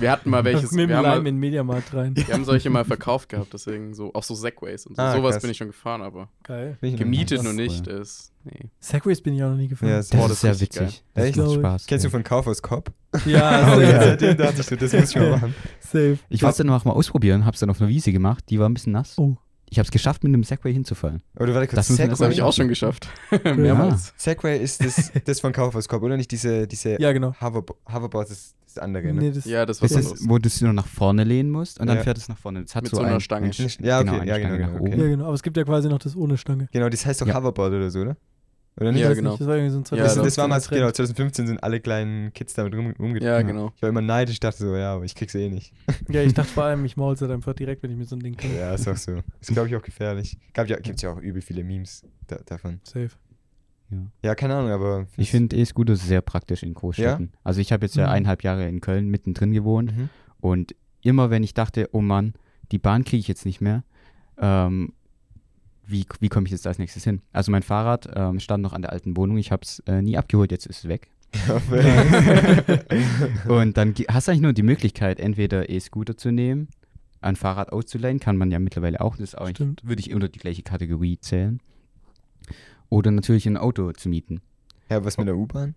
Speaker 4: wir hatten mal welches,
Speaker 2: mit
Speaker 4: wir
Speaker 2: dem
Speaker 4: haben, halt
Speaker 2: Leim in
Speaker 4: mal,
Speaker 2: den Mediamarkt rein.
Speaker 4: wir haben solche mal verkauft gehabt, deswegen so, auch so Segways und so.
Speaker 1: Ah,
Speaker 4: Sowas
Speaker 1: krass.
Speaker 4: bin ich schon gefahren, aber
Speaker 2: Geil.
Speaker 1: Bin ich noch nie.
Speaker 4: gemietet
Speaker 3: das
Speaker 4: nur
Speaker 3: ist
Speaker 4: nicht ist. Nee.
Speaker 2: Segways bin ich auch noch nie gefahren.
Speaker 1: Ja,
Speaker 2: Ja,
Speaker 1: das
Speaker 3: Das,
Speaker 4: Boah,
Speaker 3: ist
Speaker 4: das ist
Speaker 3: sehr
Speaker 4: richtig geil.
Speaker 3: witzig. Das
Speaker 1: Echt?
Speaker 3: macht
Speaker 2: Glaub ich.
Speaker 3: Spaß.
Speaker 1: Kennst du
Speaker 3: ja.
Speaker 1: von Kaufhaus Cop?
Speaker 3: Oh, ja.
Speaker 2: safe.
Speaker 1: Seitdem dachte ich so, das muss ich mal machen.
Speaker 2: safe.
Speaker 3: Ich wollte es dann auch mal ausprobieren, hab's dann auf einer Wiese gemacht, die war ein bisschen nass.
Speaker 2: Oh.
Speaker 3: Ich hab's geschafft, mit einem Segway hinzufallen.
Speaker 1: Oder warte kurz,
Speaker 3: Das müssen wir-
Speaker 1: Segway,
Speaker 4: Das habe ich auch schon geschafft. Mehrmals.
Speaker 1: Segway ist das, das von Kaufhaus Cop, oder nicht diese, diese
Speaker 2: Ja, genau.
Speaker 1: Hoverbo- Hoverboards, das, das andere,
Speaker 3: genau.
Speaker 2: Nee,
Speaker 1: ne?
Speaker 2: Ah. das,
Speaker 4: Ja, das war
Speaker 3: Das
Speaker 4: so
Speaker 3: ist, wo du es nur nach vorne lehnen musst und dann
Speaker 1: Ja.
Speaker 3: fährt es nach vorne. Das hat
Speaker 4: Mit
Speaker 3: so,
Speaker 4: so einer
Speaker 3: ein-
Speaker 4: Stange.
Speaker 3: ein Sch-
Speaker 1: Ja, okay,
Speaker 3: genau, eine
Speaker 1: ja, genau,
Speaker 3: Stange
Speaker 1: genau,
Speaker 3: nach
Speaker 1: okay.
Speaker 2: ja,
Speaker 3: oben.
Speaker 2: genau. Aber es gibt ja quasi noch das ohne Stange.
Speaker 1: Genau, das heißt doch
Speaker 3: Ja.
Speaker 1: Hoverboard oder so, oder? Oder
Speaker 4: Ja,
Speaker 2: Ich weiß
Speaker 4: genau.
Speaker 2: Nicht, das war irgendwie so ein
Speaker 4: Ja,
Speaker 1: das, das
Speaker 2: 2015er
Speaker 1: war mal,
Speaker 2: Trend.
Speaker 1: genau, 2015 sind alle kleinen Kids damit rum, rumgegangen.
Speaker 4: Ja, genau.
Speaker 1: Ich war immer neidisch, dachte so, ja, aber ich krieg's eh nicht.
Speaker 2: Ja, ich dachte vor allem, ich maul's halt einfach direkt, wenn ich mit so einem Ding komme.
Speaker 1: Ja, ist auch so. Ist, glaube ich, auch gefährlich. Gab ja, gibt's ja auch übel viele Memes da, davon.
Speaker 2: Safe.
Speaker 1: Ja, keine Ahnung, aber.
Speaker 3: Ich finde E-Scooter sehr praktisch in Großstädten. Also ich habe jetzt ja
Speaker 2: Mhm.
Speaker 3: eineinhalb Jahre in Köln mittendrin gewohnt
Speaker 1: Mhm.
Speaker 3: und immer wenn ich dachte, oh Mann, die Bahn kriege ich jetzt nicht mehr, ähm, wie, wie komme ich jetzt als nächstes hin? Also mein Fahrrad ähm, stand noch an der alten Wohnung, ich habe es äh, nie abgeholt, jetzt ist es weg.
Speaker 1: Genau.
Speaker 3: Und dann ge- hast du eigentlich nur die Möglichkeit, entweder E-Scooter zu nehmen, ein Fahrrad auszuleihen, kann man ja mittlerweile auch, das ist auch eigentlich-
Speaker 2: Stimmt.
Speaker 3: würde ich unter die gleiche Kategorie zählen. Oder natürlich ein Auto zu mieten.
Speaker 1: ja, was mit der U-Bahn?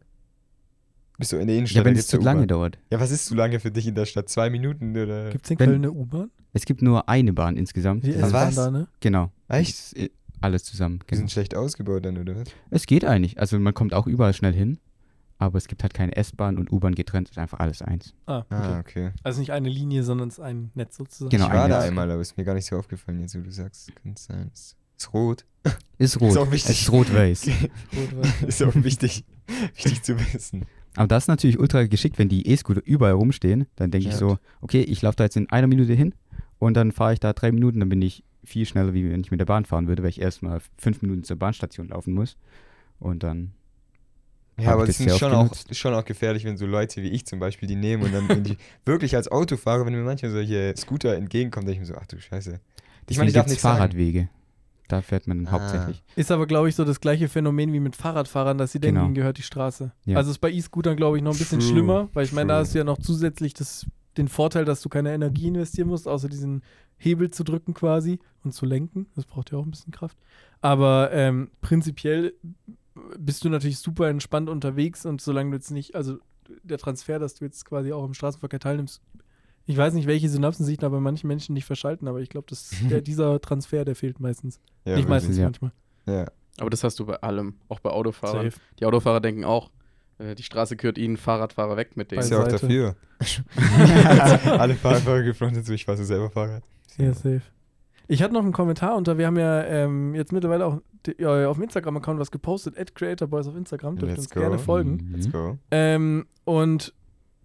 Speaker 1: Bist du in der Innenstadt?
Speaker 3: Ja, wenn
Speaker 1: da
Speaker 3: es
Speaker 1: gibt's
Speaker 3: zu
Speaker 1: ja
Speaker 3: lange
Speaker 1: U-Bahn.
Speaker 3: dauert.
Speaker 1: Ja, was ist zu lange für dich in der Stadt? Zwei Minuten oder?
Speaker 2: Gibt's in
Speaker 3: Wenn-
Speaker 2: Köln eine U-Bahn?
Speaker 3: Es gibt nur eine Bahn insgesamt.
Speaker 2: Die
Speaker 3: Das-
Speaker 1: war-
Speaker 2: S-Bahn da, ne?
Speaker 3: Genau.
Speaker 1: Echt?
Speaker 3: Das ist, äh, Alles zusammen.
Speaker 1: Die
Speaker 3: Genau.
Speaker 1: sind schlecht ausgebaut dann, oder was?
Speaker 3: Es geht eigentlich. Also man kommt auch überall schnell hin, aber es gibt halt keine S-Bahn und U-Bahn getrennt, es ist einfach alles eins.
Speaker 2: Ah, okay.
Speaker 1: Ah, okay.
Speaker 2: Also nicht eine Linie, sondern es ist ein Netz sozusagen.
Speaker 3: Genau,
Speaker 1: ich war
Speaker 3: ein
Speaker 1: da
Speaker 3: Netz.
Speaker 1: einmal, aber ist mir gar nicht so aufgefallen, jetzt wo du sagst. Kann sein. Ist, ist rot.
Speaker 3: Ist rot.
Speaker 1: auch wichtig.
Speaker 3: Es ist rot-weiß.
Speaker 1: ist auch wichtig, wichtig zu wissen.
Speaker 3: Aber das ist natürlich ultra geschickt, wenn die E-Scooter überall rumstehen. Dann denke ich
Speaker 1: Ja.
Speaker 3: so, okay, ich laufe da jetzt in einer Minute hin und dann fahre ich da drei Minuten, dann bin ich viel schneller, wie wenn ich mit der Bahn fahren würde, weil ich erstmal fünf Minuten zur Bahnstation laufen muss. Und dann, Hab
Speaker 1: Ja,
Speaker 3: ich
Speaker 1: aber
Speaker 3: das
Speaker 1: es
Speaker 3: sehr
Speaker 1: ist
Speaker 3: oft
Speaker 1: schon auch,
Speaker 3: genutzt.
Speaker 1: ist schon auch gefährlich, wenn so Leute wie ich zum Beispiel die nehmen und dann wenn die wirklich als Autofahrer, wenn mir manchmal solche Scooter entgegenkommen, denke ich mir so, ach du Scheiße. Ich meine, ich darf
Speaker 3: gibt's
Speaker 1: nichts sagen.
Speaker 3: Fahrradwege. Da fährt man
Speaker 1: Ah.
Speaker 3: hauptsächlich.
Speaker 2: Ist aber, glaube ich, so das gleiche Phänomen wie mit Fahrradfahrern, dass sie denken,
Speaker 3: Genau.
Speaker 2: ihnen gehört die Straße.
Speaker 3: Ja.
Speaker 2: Also ist bei E-Scootern, glaube ich, noch ein bisschen
Speaker 1: True,
Speaker 2: schlimmer, weil ich meine, da
Speaker 1: true.
Speaker 2: hast du ja noch zusätzlich das, den Vorteil, dass du keine Energie investieren musst, außer diesen Hebel zu drücken quasi und zu lenken. Das braucht ja auch ein bisschen Kraft. Aber ähm, prinzipiell bist du natürlich super entspannt unterwegs und solange du jetzt nicht, also der Transfer, dass du jetzt quasi auch im Straßenverkehr teilnimmst, ich weiß nicht, welche Synapsen sich da bei manchen Menschen nicht verschalten, aber ich glaube, dass der- dieser Transfer, der fehlt meistens.
Speaker 1: Ja,
Speaker 2: nicht
Speaker 1: wirklich.
Speaker 2: meistens,
Speaker 3: ja.
Speaker 2: manchmal.
Speaker 1: Ja.
Speaker 4: Aber das hast du bei allem, auch bei Autofahrern.
Speaker 2: Safe.
Speaker 4: Die Autofahrer denken auch, äh, die Straße gehört ihnen, Fahrradfahrer weg mit
Speaker 1: Ist
Speaker 4: denen.
Speaker 1: ja auch
Speaker 2: Beiseite.
Speaker 1: dafür. Alle Fahrradfahrer gefrontet, so ich fasse selber Fahrrad.
Speaker 2: Ja, safe. Ich hatte noch einen Kommentar unter, wir haben ja ähm, jetzt mittlerweile auch di- ja, auf dem Instagram-Account was gepostet, at creatorboys auf Instagram, dürft ihr
Speaker 1: Let's
Speaker 2: uns gerne
Speaker 1: go.
Speaker 3: Mhm.
Speaker 2: folgen.
Speaker 1: Let's go.
Speaker 2: Ähm, und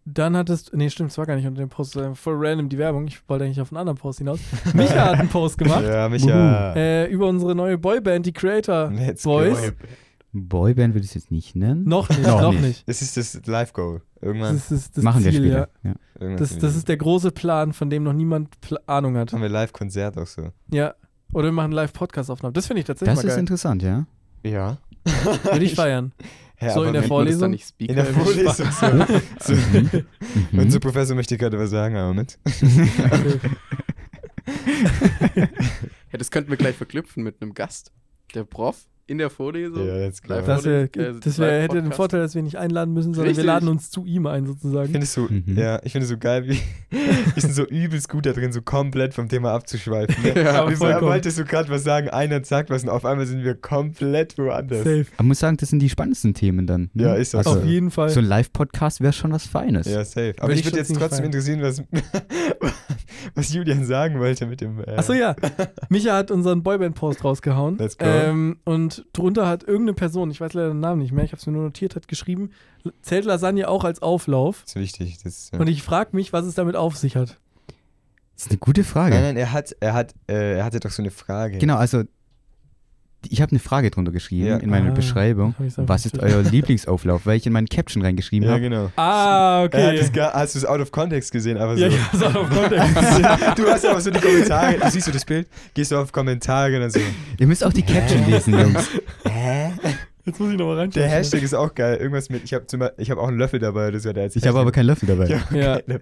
Speaker 2: dann hattest, nee stimmt, es war gar nicht unter dem Post, äh, voll random die Werbung, ich wollte eigentlich auf einen anderen Post hinaus. Micha hat einen Post gemacht
Speaker 1: Ja, Micha.
Speaker 2: äh, über unsere neue Boyband, die Creator.
Speaker 1: Let's
Speaker 2: Boys.
Speaker 1: go.
Speaker 3: Boyband würde ich es jetzt nicht nennen.
Speaker 2: Noch nicht,
Speaker 3: Noch
Speaker 2: noch
Speaker 3: nicht.
Speaker 2: nicht.
Speaker 1: Das ist das Live-Goal.
Speaker 2: Das
Speaker 1: Irgendwann.
Speaker 2: ist, das ist das
Speaker 3: Machen wir
Speaker 2: Ziel, ja.
Speaker 3: später. Ja.
Speaker 1: irgendwann
Speaker 2: Das,
Speaker 1: sind wir-
Speaker 2: das ist der große Plan, von dem noch niemand Pla Ahnung hat.
Speaker 1: haben wir Live-Konzert auch so.
Speaker 2: Ja. Oder wir machen Live-Podcast-Aufnahmen. Das finde ich tatsächlich
Speaker 3: Das
Speaker 2: mal
Speaker 3: ist
Speaker 2: geil.
Speaker 3: interessant, ja.
Speaker 1: Ja.
Speaker 2: Würde ich feiern.
Speaker 1: Hä,
Speaker 2: So
Speaker 1: aber
Speaker 2: in der
Speaker 1: wie-
Speaker 4: Nennt man das
Speaker 2: Vorlesung?
Speaker 4: dann nicht Speaker?
Speaker 1: In der Vorlesung.
Speaker 2: Also,
Speaker 1: So, so,
Speaker 3: Mhm. Mhm.
Speaker 1: Unser Professor möchte gerade was sagen, aber mit.
Speaker 4: Ja, das könnten wir gleich verknüpfen mit einem Gast. Der Prof in der Vorlesung.
Speaker 1: Ja, jetzt klar.
Speaker 4: Live-
Speaker 2: Das, wär,
Speaker 4: Äh,
Speaker 2: das wär, hätte den
Speaker 4: Live-Podcast.
Speaker 2: Vorteil, dass wir nicht einladen müssen, sondern
Speaker 4: Richtig.
Speaker 2: wir laden uns zu ihm ein,
Speaker 1: Ich
Speaker 2: sozusagen.
Speaker 1: finde es so,
Speaker 3: Mhm.
Speaker 1: ja, ich finde es so geil, wie ich bin so übelst gut da drin, so komplett vom Thema abzuschweifen. Ne?
Speaker 4: Ja,
Speaker 1: wir
Speaker 2: vollkommen.
Speaker 1: wolltest du gerade was sagen, einer sagt was und auf einmal sind wir komplett woanders.
Speaker 2: Safe.
Speaker 3: Man muss sagen, das sind die spannendsten Themen dann. ne?
Speaker 1: Ja, ist das
Speaker 2: Auf
Speaker 1: also so.
Speaker 2: jeden Fall.
Speaker 3: So ein Live-Podcast wäre schon was Feines.
Speaker 1: Ja, safe. Aber
Speaker 2: Würde ich
Speaker 1: ich würde
Speaker 2: schon
Speaker 1: jetzt
Speaker 2: ziemlich
Speaker 1: trotzdem
Speaker 2: feiern.
Speaker 1: interessieren, was, was Julian sagen wollte mit dem. Äh,
Speaker 2: Achso, ja. Micha hat unseren Boyband-Post rausgehauen.
Speaker 1: Let's go.
Speaker 2: Ähm, und drunter hat irgendeine Person, ich weiß leider den Namen nicht mehr, ich habe es mir nur notiert, hat geschrieben, zählt Lasagne auch als Auflauf?
Speaker 1: Das ist wichtig. Das, ja.
Speaker 2: Und ich frage mich, was es damit auf sich hat.
Speaker 3: Das ist eine gute Frage.
Speaker 1: nein, nein, er hat, er hat, äh, er hatte doch so eine Frage.
Speaker 3: Genau, also ich habe eine Frage drunter geschrieben
Speaker 1: Ja.
Speaker 3: in meiner
Speaker 2: Ah,
Speaker 3: Beschreibung.
Speaker 2: hab ich's einfach
Speaker 3: Was ist
Speaker 2: nicht
Speaker 3: euer Lieblingsauflauf? Weil ich in meinen Caption reingeschrieben
Speaker 1: Ja,
Speaker 3: habe.
Speaker 1: genau.
Speaker 2: Ah,
Speaker 1: Er hat das
Speaker 2: okay.
Speaker 1: gar, hast du es out of context gesehen, aber so.
Speaker 2: Ja, ja, so auf Kontext.
Speaker 1: du hast aber so die Kommentare, du siehst so das Bild, gehst du auf Kommentare und dann so.
Speaker 3: Ihr müsst auch die Caption lesen, Jungs.
Speaker 1: Hä?
Speaker 2: Jetzt muss ich nochmal reinschauen.
Speaker 1: Der Hashtag ist auch geil. Irgendwas mit, ich habe ich hab auch einen Löffel dabei, das war der als
Speaker 3: Ich habe aber keinen Löffel dabei.
Speaker 1: Ja.
Speaker 2: Ja.
Speaker 1: Löffel.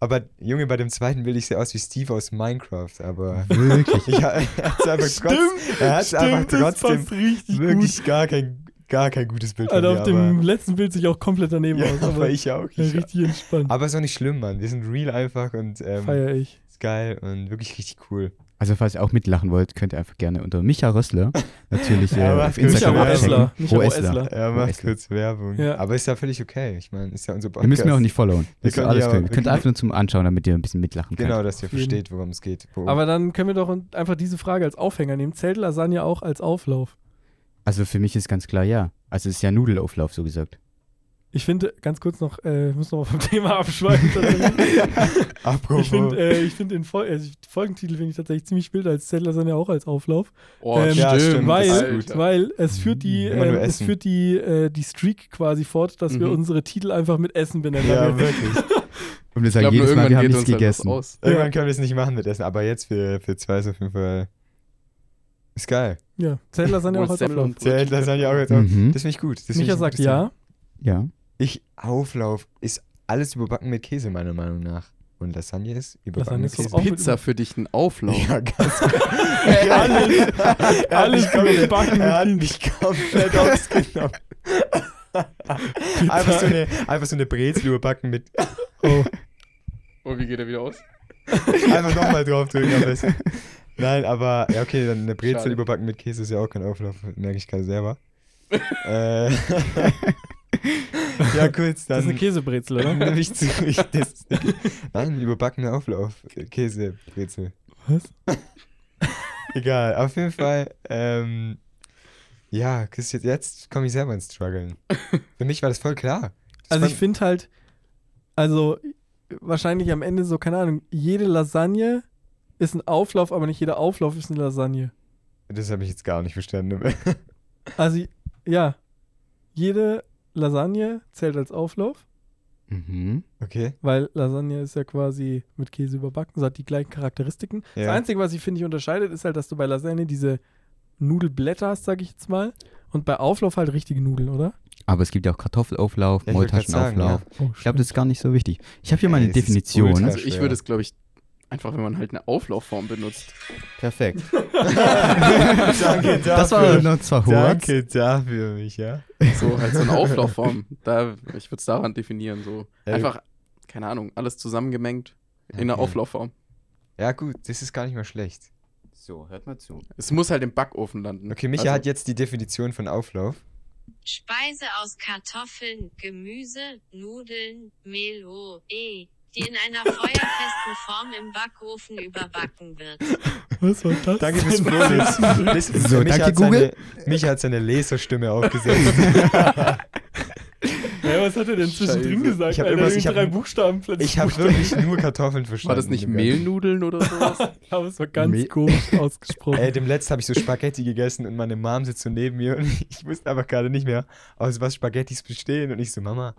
Speaker 1: Aber Junge, bei dem zweiten Bild ich sehe aus wie Steve aus Minecraft, aber.
Speaker 3: Wirklich.
Speaker 1: Ich, er hat's einfach trotz, er hat's einfach
Speaker 2: das
Speaker 1: trotzdem
Speaker 2: passt richtig gut.
Speaker 1: wirklich gar kein, gar kein gutes Bild von
Speaker 2: Alter, auf
Speaker 1: mir,
Speaker 2: dem
Speaker 1: aber,
Speaker 2: letzten Bild sich auch komplett daneben
Speaker 1: ja,
Speaker 2: aus.
Speaker 1: aber ich auch.
Speaker 2: ja,
Speaker 1: Ich auch.
Speaker 2: richtig entspannt.
Speaker 1: Aber ist auch nicht schlimm, Mann. Wir sind real einfach und ähm,
Speaker 2: Feier ich.
Speaker 1: ist geil und wirklich richtig cool.
Speaker 3: Also falls ihr auch mitlachen wollt, könnt ihr einfach gerne unter Micha Rössler natürlich äh,
Speaker 1: Ja, aber
Speaker 3: auf
Speaker 1: Micha
Speaker 3: Instagram
Speaker 1: Roessler.
Speaker 3: abchecken.
Speaker 2: Micha
Speaker 3: Roessler.
Speaker 2: Roessler.
Speaker 1: Er
Speaker 3: Oh,
Speaker 1: macht
Speaker 3: echt?
Speaker 1: kurz Werbung.
Speaker 2: Ja.
Speaker 1: Aber ist ja völlig okay. Ich meine, ist ja unser Podcast.
Speaker 3: Ihr müsst mir auch nicht followen.
Speaker 1: Wir
Speaker 3: Das ist
Speaker 1: können
Speaker 3: alles
Speaker 1: ja-
Speaker 3: können. Ihr
Speaker 1: wir
Speaker 3: könnt
Speaker 1: können-
Speaker 3: einfach nur zum Anschauen, damit ihr ein bisschen mitlachen könnt.
Speaker 1: Genau, dass ihr
Speaker 2: Auf jeden.
Speaker 1: versteht, worum es geht. Worum.
Speaker 2: Aber dann können wir doch einfach diese Frage als Aufhänger nehmen. Zählt Lasagne auch als Auflauf?
Speaker 3: Also für mich ist ganz klar ja. Also es ist ja Nudelauflauf, so gesagt.
Speaker 2: Ich finde, ganz kurz noch, äh, ich muss noch mal vom Thema abschweifen.
Speaker 1: Apropos.
Speaker 2: ich finde äh, ich find den Fol also den Folgentitel finde ich tatsächlich ziemlich wild als Zählt Lasagne auch als Auflauf.
Speaker 4: Oh,
Speaker 2: Ähm,
Speaker 1: ja, stimmt,
Speaker 2: weil,
Speaker 1: das ist
Speaker 4: Alter.
Speaker 1: gut.
Speaker 2: weil es führt die,
Speaker 1: Immer nur
Speaker 2: ähm, es
Speaker 1: Essen.
Speaker 2: führt die, äh, die Streak quasi fort, dass wir
Speaker 4: Mhm.
Speaker 2: unsere Titel einfach mit Essen benennen.
Speaker 1: ja,
Speaker 2: Weil wir-
Speaker 1: wirklich.
Speaker 3: Und wir
Speaker 4: Ich
Speaker 3: sagen
Speaker 4: glaube,
Speaker 3: jedes Mal,
Speaker 4: irgendwann
Speaker 3: wir haben nichts
Speaker 4: geht uns halt was
Speaker 3: gegessen.
Speaker 4: aus.
Speaker 1: Irgendwann können wir es nicht machen mit Essen, aber jetzt für, für zwei ist auf jeden Fall. Ist geil.
Speaker 2: ja. Zählt Lasagne auch
Speaker 4: Wo
Speaker 2: als
Speaker 4: Semmel
Speaker 2: Auflauf.
Speaker 4: und Brötchen-
Speaker 1: Zählt Lasagne auch jetzt auf.
Speaker 3: Mhm.
Speaker 1: Das finde ich gut. Das find ich
Speaker 2: Micha
Speaker 1: ein
Speaker 2: sagt
Speaker 1: gutes Thema.
Speaker 2: ja.
Speaker 3: Ja.
Speaker 1: Ich, Auflauf ist alles überbacken mit Käse, meiner Meinung nach. Und Lasagne ist überbacken
Speaker 2: Lasagne ist
Speaker 1: mit
Speaker 2: auch
Speaker 1: Käse.
Speaker 4: Pizza für dich ein Auflauf.
Speaker 1: Ja, ganz
Speaker 2: alles-
Speaker 1: Er hat
Speaker 2: alles
Speaker 1: mich komplett-
Speaker 2: überbacken
Speaker 1: Er hat
Speaker 2: mit
Speaker 1: mich komplett ausgenommen. einfach, so eine, einfach so eine Brezel überbacken mit.
Speaker 2: Oh.
Speaker 4: Oh, wie geht er wieder aus?
Speaker 1: Einfach nochmal draufdrücken am besten. Nein, aber ja, okay, dann eine Brezel
Speaker 4: Schade.
Speaker 1: überbacken mit Käse ist ja auch kein Auflauf, merke ich gerade selber. äh, ja, kurz,
Speaker 2: Das ist eine
Speaker 1: dann.
Speaker 2: Käsebrezel, oder?
Speaker 1: nehme ich zu. Ich, das ist eine Kä- Nein, überbackener Auflauf. Käse, Brezel.
Speaker 2: Was?
Speaker 1: Egal, auf jeden Fall. Ähm, ja, Chris, jetzt, jetzt komme ich selber ins Struggeln. Für mich war das voll klar. Das
Speaker 2: Also ich
Speaker 1: fand-
Speaker 2: finde halt, also wahrscheinlich am Ende so, keine Ahnung, jede Lasagne ist ein Auflauf, aber nicht jeder Auflauf ist eine Lasagne.
Speaker 1: Das habe ich jetzt gar nicht verstanden.
Speaker 2: Also ja, jede Lasagne zählt als Auflauf,
Speaker 3: Mhm.
Speaker 1: Okay.
Speaker 2: weil Lasagne ist ja quasi mit Käse überbacken, so hat die gleichen Charakteristiken. Das
Speaker 1: Ja.
Speaker 2: Einzige, was ich finde ich unterscheidet, ist halt, dass du bei Lasagne diese Nudelblätter hast, sage ich jetzt mal, und bei Auflauf halt richtige Nudeln, oder?
Speaker 3: Aber es gibt ja auch Kartoffelauflauf,
Speaker 1: Ja, ich wollt grad sagen,
Speaker 3: Maultaschenauflauf.
Speaker 2: Oh,
Speaker 3: Ich glaube, das ist gar nicht so wichtig. Ich habe hier mal
Speaker 1: Ey,
Speaker 3: eine
Speaker 1: es ist ultra
Speaker 3: Definition.
Speaker 4: Also ich
Speaker 1: schwer.
Speaker 4: würde es, glaube ich, einfach, wenn man halt eine Auflaufform benutzt.
Speaker 3: Perfekt.
Speaker 1: Danke dafür.
Speaker 3: Das war noch zwar hoch.
Speaker 1: Danke dafür, mich, ja.
Speaker 4: So, halt so eine Auflaufform. Da, ich würde es daran definieren. So.
Speaker 1: Ja,
Speaker 4: Einfach, keine Ahnung, alles zusammengemengt in einer
Speaker 1: Okay.
Speaker 4: Auflaufform.
Speaker 1: Ja, gut, das ist gar nicht mal schlecht.
Speaker 3: So, hört mal zu.
Speaker 4: Es muss halt im Backofen landen. Also,
Speaker 1: Okay, Micha hat jetzt die Definition von Auflauf.
Speaker 5: Speise aus Kartoffeln, Gemüse, Nudeln, Melo, E, die in einer feuerfesten Form im Backofen überbacken wird.
Speaker 2: Was war das?
Speaker 1: Danke fürs
Speaker 2: denn?
Speaker 1: Bonus.
Speaker 3: So,
Speaker 1: Micha
Speaker 3: danke,
Speaker 1: hat
Speaker 3: Google.
Speaker 1: Seine, Micha hat seine Leserstimme aufgesetzt.
Speaker 2: Hä, was hat er denn zwischendrin
Speaker 4: Scheiße.
Speaker 2: gesagt?
Speaker 1: Ich hab
Speaker 2: Alter,
Speaker 1: irgendwas-
Speaker 2: die
Speaker 1: ich hab-
Speaker 2: drei Buchstaben plötzlich.
Speaker 1: Ich habe wirklich nur Kartoffeln verstanden.
Speaker 4: War das nicht
Speaker 1: im Ganzen.
Speaker 4: Mehlnudeln oder sowas?
Speaker 2: Aber es war ganz
Speaker 1: Me-
Speaker 2: komisch ausgesprochen.
Speaker 1: Ey, dem letzten habe ich so Spaghetti gegessen und meine Mom sitzt so neben mir und ich wusste einfach gerade nicht mehr, aus was Spaghettis bestehen. Und ich so, Mama,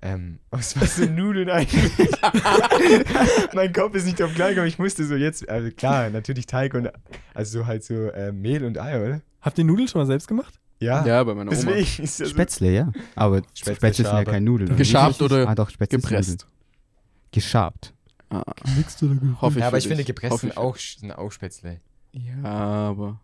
Speaker 1: ähm, aus was sind Nudeln eigentlich? mein Kopf ist nicht auf gleich, aber ich musste so jetzt, also klar, natürlich Teig und, also so halt so äh, Mehl und Ei, oder?
Speaker 2: Habt ihr Nudeln schon mal selbst gemacht?
Speaker 1: Ja,
Speaker 4: ja, bei meiner Oma.
Speaker 1: deswegen ist das so.
Speaker 3: Spätzle, ja. Aber
Speaker 1: Spätzle,
Speaker 3: Spätzle, sind ja
Speaker 1: Schabe.
Speaker 3: kein Nudeln. oder?
Speaker 4: Geschabt
Speaker 3: Richtig?
Speaker 4: oder
Speaker 3: ah, doch, Spätzle ist
Speaker 4: Gepresst.
Speaker 3: Nudeln. Geschabt.
Speaker 4: Ah,
Speaker 2: Nix oder
Speaker 4: hoffe ich.
Speaker 1: Ja, aber
Speaker 4: für
Speaker 1: ich finde,
Speaker 4: dich.
Speaker 1: gepresst
Speaker 4: Hoffe
Speaker 1: sind
Speaker 4: ich
Speaker 1: auch, sind auch Spätzle.
Speaker 4: für- Ja, aber.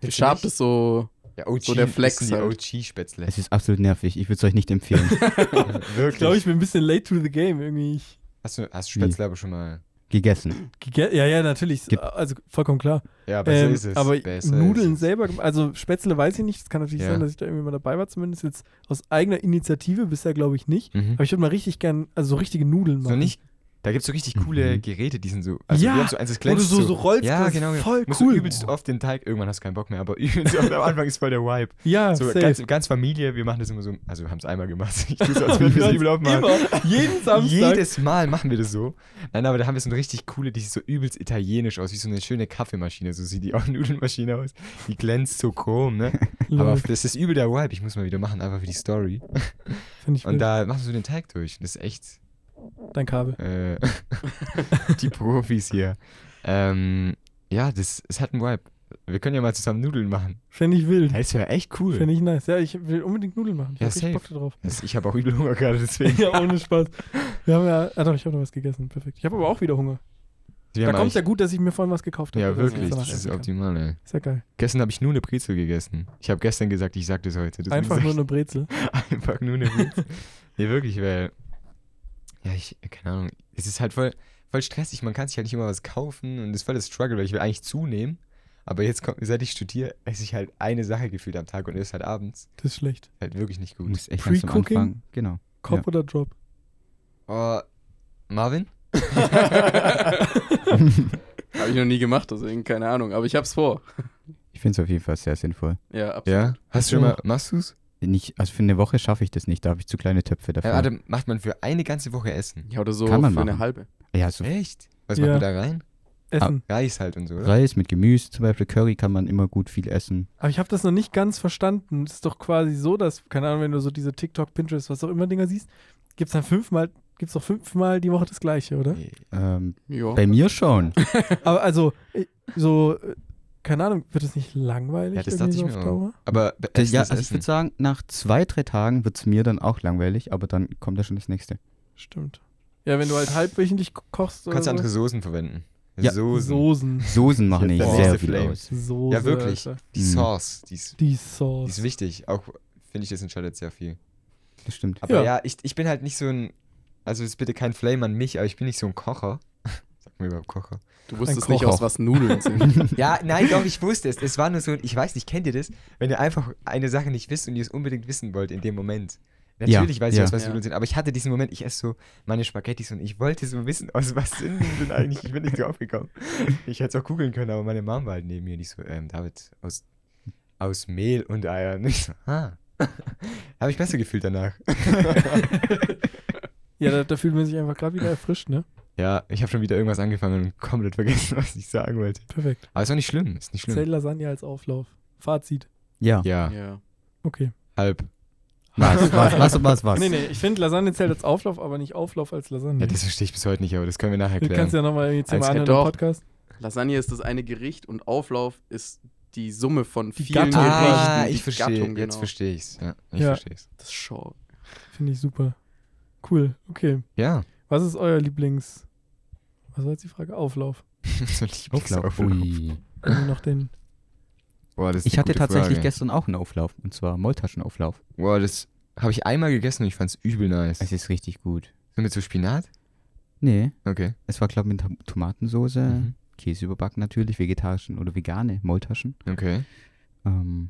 Speaker 4: Geschabt ist so.
Speaker 1: Ja, OG,
Speaker 4: So der Flex
Speaker 1: das sind die
Speaker 4: halt.
Speaker 1: OG-Spätzle.
Speaker 3: Es ist absolut nervig. Ich würde es euch nicht empfehlen.
Speaker 1: Wirklich.
Speaker 2: Ich glaube, ich bin ein bisschen late to the game irgendwie. Ich,
Speaker 1: hast du hast Spätzle aber schon mal.
Speaker 3: Gegessen.
Speaker 2: gege- ja, ja, natürlich.
Speaker 3: Gibt-
Speaker 2: Also vollkommen klar.
Speaker 1: Ja, besser
Speaker 2: Ähm,
Speaker 1: ist es.
Speaker 2: aber
Speaker 1: besser
Speaker 2: Nudeln
Speaker 1: ist es.
Speaker 2: selber, gem- also Spätzle weiß ich nicht. Es kann natürlich
Speaker 1: Ja.
Speaker 2: sein, dass ich da irgendwie mal dabei war. Zumindest jetzt aus eigener Initiative bisher glaube ich nicht.
Speaker 1: Mhm.
Speaker 2: Aber ich würde mal richtig gern, also so richtige Nudeln
Speaker 1: So
Speaker 2: machen.
Speaker 1: nicht. Da gibt es so richtig coole
Speaker 3: Mhm.
Speaker 1: Geräte, die sind so. Also
Speaker 2: Ja,
Speaker 1: wir haben so eins, das
Speaker 2: Wo du
Speaker 1: glänzt
Speaker 2: so, so rollst,
Speaker 1: Ja,
Speaker 2: das ist
Speaker 1: genau. genau.
Speaker 2: voll
Speaker 1: Musst
Speaker 2: cool.
Speaker 1: du übelst oft den Teig, irgendwann hast du keinen Bock mehr, aber übelst oft am Anfang ist voll der Vibe.
Speaker 2: ja,
Speaker 1: So
Speaker 2: Ah, safe.
Speaker 1: ganz, ganz Familie, wir machen das immer so, also wir haben es einmal gemacht. Ich tue so, als würden wir es übel aufmachen.
Speaker 2: Immer, jeden Samstag.
Speaker 1: Jedes Mal machen wir das so. Nein, aber da haben wir so eine richtig coole, die sieht so übelst italienisch aus, wie so eine schöne Kaffeemaschine. So sieht die auch Nudelmaschine aus. Die glänzt so chrom, ne? Aber
Speaker 2: Läuft,
Speaker 1: das ist übel der Vibe. Ich muss mal wieder machen, einfach für die Story.
Speaker 2: find ich
Speaker 1: Und
Speaker 2: wild.
Speaker 1: da machst du den Teig durch. Das ist echt
Speaker 2: Dein Kabel.
Speaker 1: äh, die Profis hier. Ähm, ja, das, es hat einen Vibe. Wir können ja mal zusammen Nudeln machen.
Speaker 2: Fände ich wild.
Speaker 1: Das wäre echt cool.
Speaker 2: Fände ich nice. Ja, ich will unbedingt Nudeln machen. Ich
Speaker 1: Ja,
Speaker 2: hab richtig
Speaker 1: safe.
Speaker 2: Bock darauf.
Speaker 1: Das, ich habe auch übel Hunger gerade, deswegen.
Speaker 2: ja, ohne Spaß. Wir haben ja, ah doch, ich habe noch was gegessen. Perfekt. Ich habe aber auch wieder Hunger.
Speaker 1: Wir haben
Speaker 2: da kommt ja
Speaker 1: eigentlich-
Speaker 2: gut, dass ich mir vorhin was gekauft habe.
Speaker 1: ja,
Speaker 2: dass ich
Speaker 1: wirklich.
Speaker 2: danach
Speaker 1: Das ist
Speaker 2: essen kann.
Speaker 1: optimal, ey.
Speaker 2: Ist ja geil.
Speaker 1: Gestern habe ich nur eine Brezel gegessen. Ich habe gestern gesagt, ich sag das heute. Das
Speaker 2: Einfach
Speaker 1: muss
Speaker 2: nur
Speaker 1: ich-
Speaker 2: eine Brezel.
Speaker 1: einfach nur eine Brezel. nee, wirklich, weil. Ja, ich, keine Ahnung. Es ist halt voll, voll stressig. Man kann sich halt nicht immer was kaufen und es ist voll das Struggle, weil ich will eigentlich zunehmen. Aber jetzt kommt, seit ich studiere, esse ich halt eine Sache gefühlt am Tag und ist halt abends.
Speaker 2: Das ist schlecht.
Speaker 1: Halt wirklich nicht
Speaker 3: Du
Speaker 1: gut.
Speaker 3: musst echt ganz am
Speaker 2: Pre-Cooking?
Speaker 3: Anfang. Genau.
Speaker 2: Cop
Speaker 3: Ja.
Speaker 2: oder Drop?
Speaker 1: Oh, Marvin?
Speaker 4: Habe ich noch nie gemacht, deswegen keine Ahnung. Aber ich hab's vor.
Speaker 3: Ich finde es auf jeden Fall sehr sinnvoll.
Speaker 4: Ja, absolut.
Speaker 1: Ja? Hast du schon mal, machst du's?
Speaker 3: Nicht, also für eine Woche schaffe ich das nicht. Da habe ich zu kleine Töpfe
Speaker 1: Äh,
Speaker 3: dafür.
Speaker 1: warte, macht man für eine ganze Woche Essen?
Speaker 4: Ja, oder so
Speaker 3: Kann man
Speaker 4: für eine
Speaker 3: machen.
Speaker 4: halbe.
Speaker 3: ja, so
Speaker 1: Echt? Was
Speaker 2: Ja.
Speaker 1: macht man da rein?
Speaker 2: Essen.
Speaker 1: Reis halt und so, oder?
Speaker 3: Reis mit Gemüse zum Beispiel. Curry kann man immer gut viel essen.
Speaker 2: Aber ich habe das noch nicht ganz verstanden. Es ist doch quasi so, dass, keine Ahnung, wenn du so diese TikTok, Pinterest, was auch immer Dinger siehst, gibt's dann fünfmal, gibt's doch fünfmal die Woche das gleiche, oder?
Speaker 1: Nee.
Speaker 3: Ähm,
Speaker 4: Ja.
Speaker 3: bei mir schon.
Speaker 2: Aber also, äh, so, äh, keine Ahnung, wird es nicht langweilig
Speaker 1: Ja, das
Speaker 2: irgendwie
Speaker 1: dachte ich
Speaker 2: so
Speaker 1: mir
Speaker 2: auf
Speaker 1: auch.
Speaker 2: Dauer?
Speaker 1: Aber
Speaker 3: Das,
Speaker 1: Essen
Speaker 3: ja,
Speaker 1: ist
Speaker 3: also ich
Speaker 1: Essen.
Speaker 3: würde sagen, nach zwei, drei Tagen wird es mir dann auch langweilig, aber dann kommt ja schon das nächste.
Speaker 2: Stimmt. Ja, wenn du halt halbwöchentlich ko- kochst
Speaker 1: Du
Speaker 2: oder
Speaker 1: kannst
Speaker 2: so.
Speaker 1: andere Soßen verwenden.
Speaker 3: Ja.
Speaker 1: Soßen.
Speaker 2: Soßen.
Speaker 3: Soßen machen
Speaker 1: Jetzt
Speaker 3: nicht
Speaker 1: der
Speaker 3: sehr
Speaker 1: nächste
Speaker 3: viel
Speaker 1: Flame.
Speaker 3: aus.
Speaker 2: Soße,
Speaker 1: Ja, wirklich.
Speaker 2: Alter.
Speaker 1: Die
Speaker 3: Mhm.
Speaker 1: Sauce, die ist,
Speaker 2: Die
Speaker 1: die
Speaker 2: Sauce.
Speaker 1: ist wichtig. Auch finde ich, das entscheidet sehr viel.
Speaker 3: Das stimmt.
Speaker 1: Aber
Speaker 2: Ja.
Speaker 1: ja, ich, ich bin halt nicht so ein. Also ist bitte kein Flame an mich, aber ich bin nicht so ein Kocher. Sag mir überhaupt Kocher.
Speaker 4: Du
Speaker 2: Ein
Speaker 4: wusstest
Speaker 2: Koch
Speaker 4: nicht, aus
Speaker 3: auch.
Speaker 4: was Nudeln sind.
Speaker 1: Ja, nein, doch, ich wusste es. Es war nur so, ich weiß nicht, kennt ihr das? Wenn ihr einfach eine Sache nicht wisst und ihr es unbedingt wissen wollt in dem Moment. Natürlich weiß ich,
Speaker 3: ja.
Speaker 1: aus was
Speaker 4: Ja.
Speaker 1: Nudeln sind, aber ich hatte diesen Moment, ich esse so meine Spaghettis und ich wollte so wissen, aus was sind Nudeln eigentlich. Ich bin nicht draufgekommen. Ich hätte es auch googeln können, aber meine Mom war halt neben mir nicht so, ähm, David, aus, aus Mehl und Eiern. Ich so, ah. Habe ich besser gefühlt danach.
Speaker 2: Ja, da, da fühlt man sich einfach gerade wieder erfrischt, ne?
Speaker 1: Ja, ich habe schon wieder irgendwas angefangen und komplett vergessen, was ich sagen wollte.
Speaker 2: Perfekt.
Speaker 1: Aber ist auch nicht schlimm, ist nicht schlimm.
Speaker 2: Zählt Lasagne als Auflauf. Fazit.
Speaker 3: Ja.
Speaker 1: Ja,
Speaker 4: ja.
Speaker 2: Okay.
Speaker 1: halb.
Speaker 3: Was, was, was, was, was?
Speaker 2: Nee, nee, ich finde Lasagne zählt als Auflauf, aber nicht Auflauf als Lasagne.
Speaker 1: Ja, das verstehe ich bis heute nicht, aber das können wir nachher
Speaker 2: Hm. du
Speaker 1: klären.
Speaker 2: kannst ja nochmal irgendwie
Speaker 1: Als-
Speaker 2: zehnmal anhören
Speaker 4: doch.
Speaker 2: im Podcast.
Speaker 4: Lasagne ist das eine Gericht und Auflauf ist die Summe von
Speaker 2: Die
Speaker 4: vielen
Speaker 2: Gattung.
Speaker 1: ah,
Speaker 4: Gerichten.
Speaker 1: ich
Speaker 4: die
Speaker 1: verstehe.
Speaker 4: Gattung,
Speaker 1: Jetzt
Speaker 4: genau.
Speaker 1: verstehe ich's. Ja, ich
Speaker 2: Ja.
Speaker 1: verstehe es.
Speaker 4: Das Genre.
Speaker 2: Finde ich super. Cool. Okay.
Speaker 1: Ja.
Speaker 2: Was ist euer Lieblings... Was war jetzt die Frage? Auflauf.
Speaker 1: so ein
Speaker 3: Ich, glaub,
Speaker 1: Lieblingsauflauf.
Speaker 3: ui.
Speaker 2: Irgendwie noch den...
Speaker 1: Boah, das ist
Speaker 3: ich
Speaker 1: eine
Speaker 3: hatte
Speaker 1: gute
Speaker 3: tatsächlich
Speaker 1: Frage.
Speaker 3: gestern auch einen Auflauf und zwar Maultaschenauflauf.
Speaker 1: Boah, das habe ich einmal gegessen und ich fand's übel nice.
Speaker 3: Es ist richtig gut.
Speaker 1: So mit so Spinat?
Speaker 3: Nee,
Speaker 1: Okay.
Speaker 3: es war, glaube ich, mit Tom- Tomatensauce,
Speaker 1: Mhm.
Speaker 3: Käse überbacken natürlich, vegetarischen oder vegane Maultaschen.
Speaker 1: Okay.
Speaker 3: Ähm,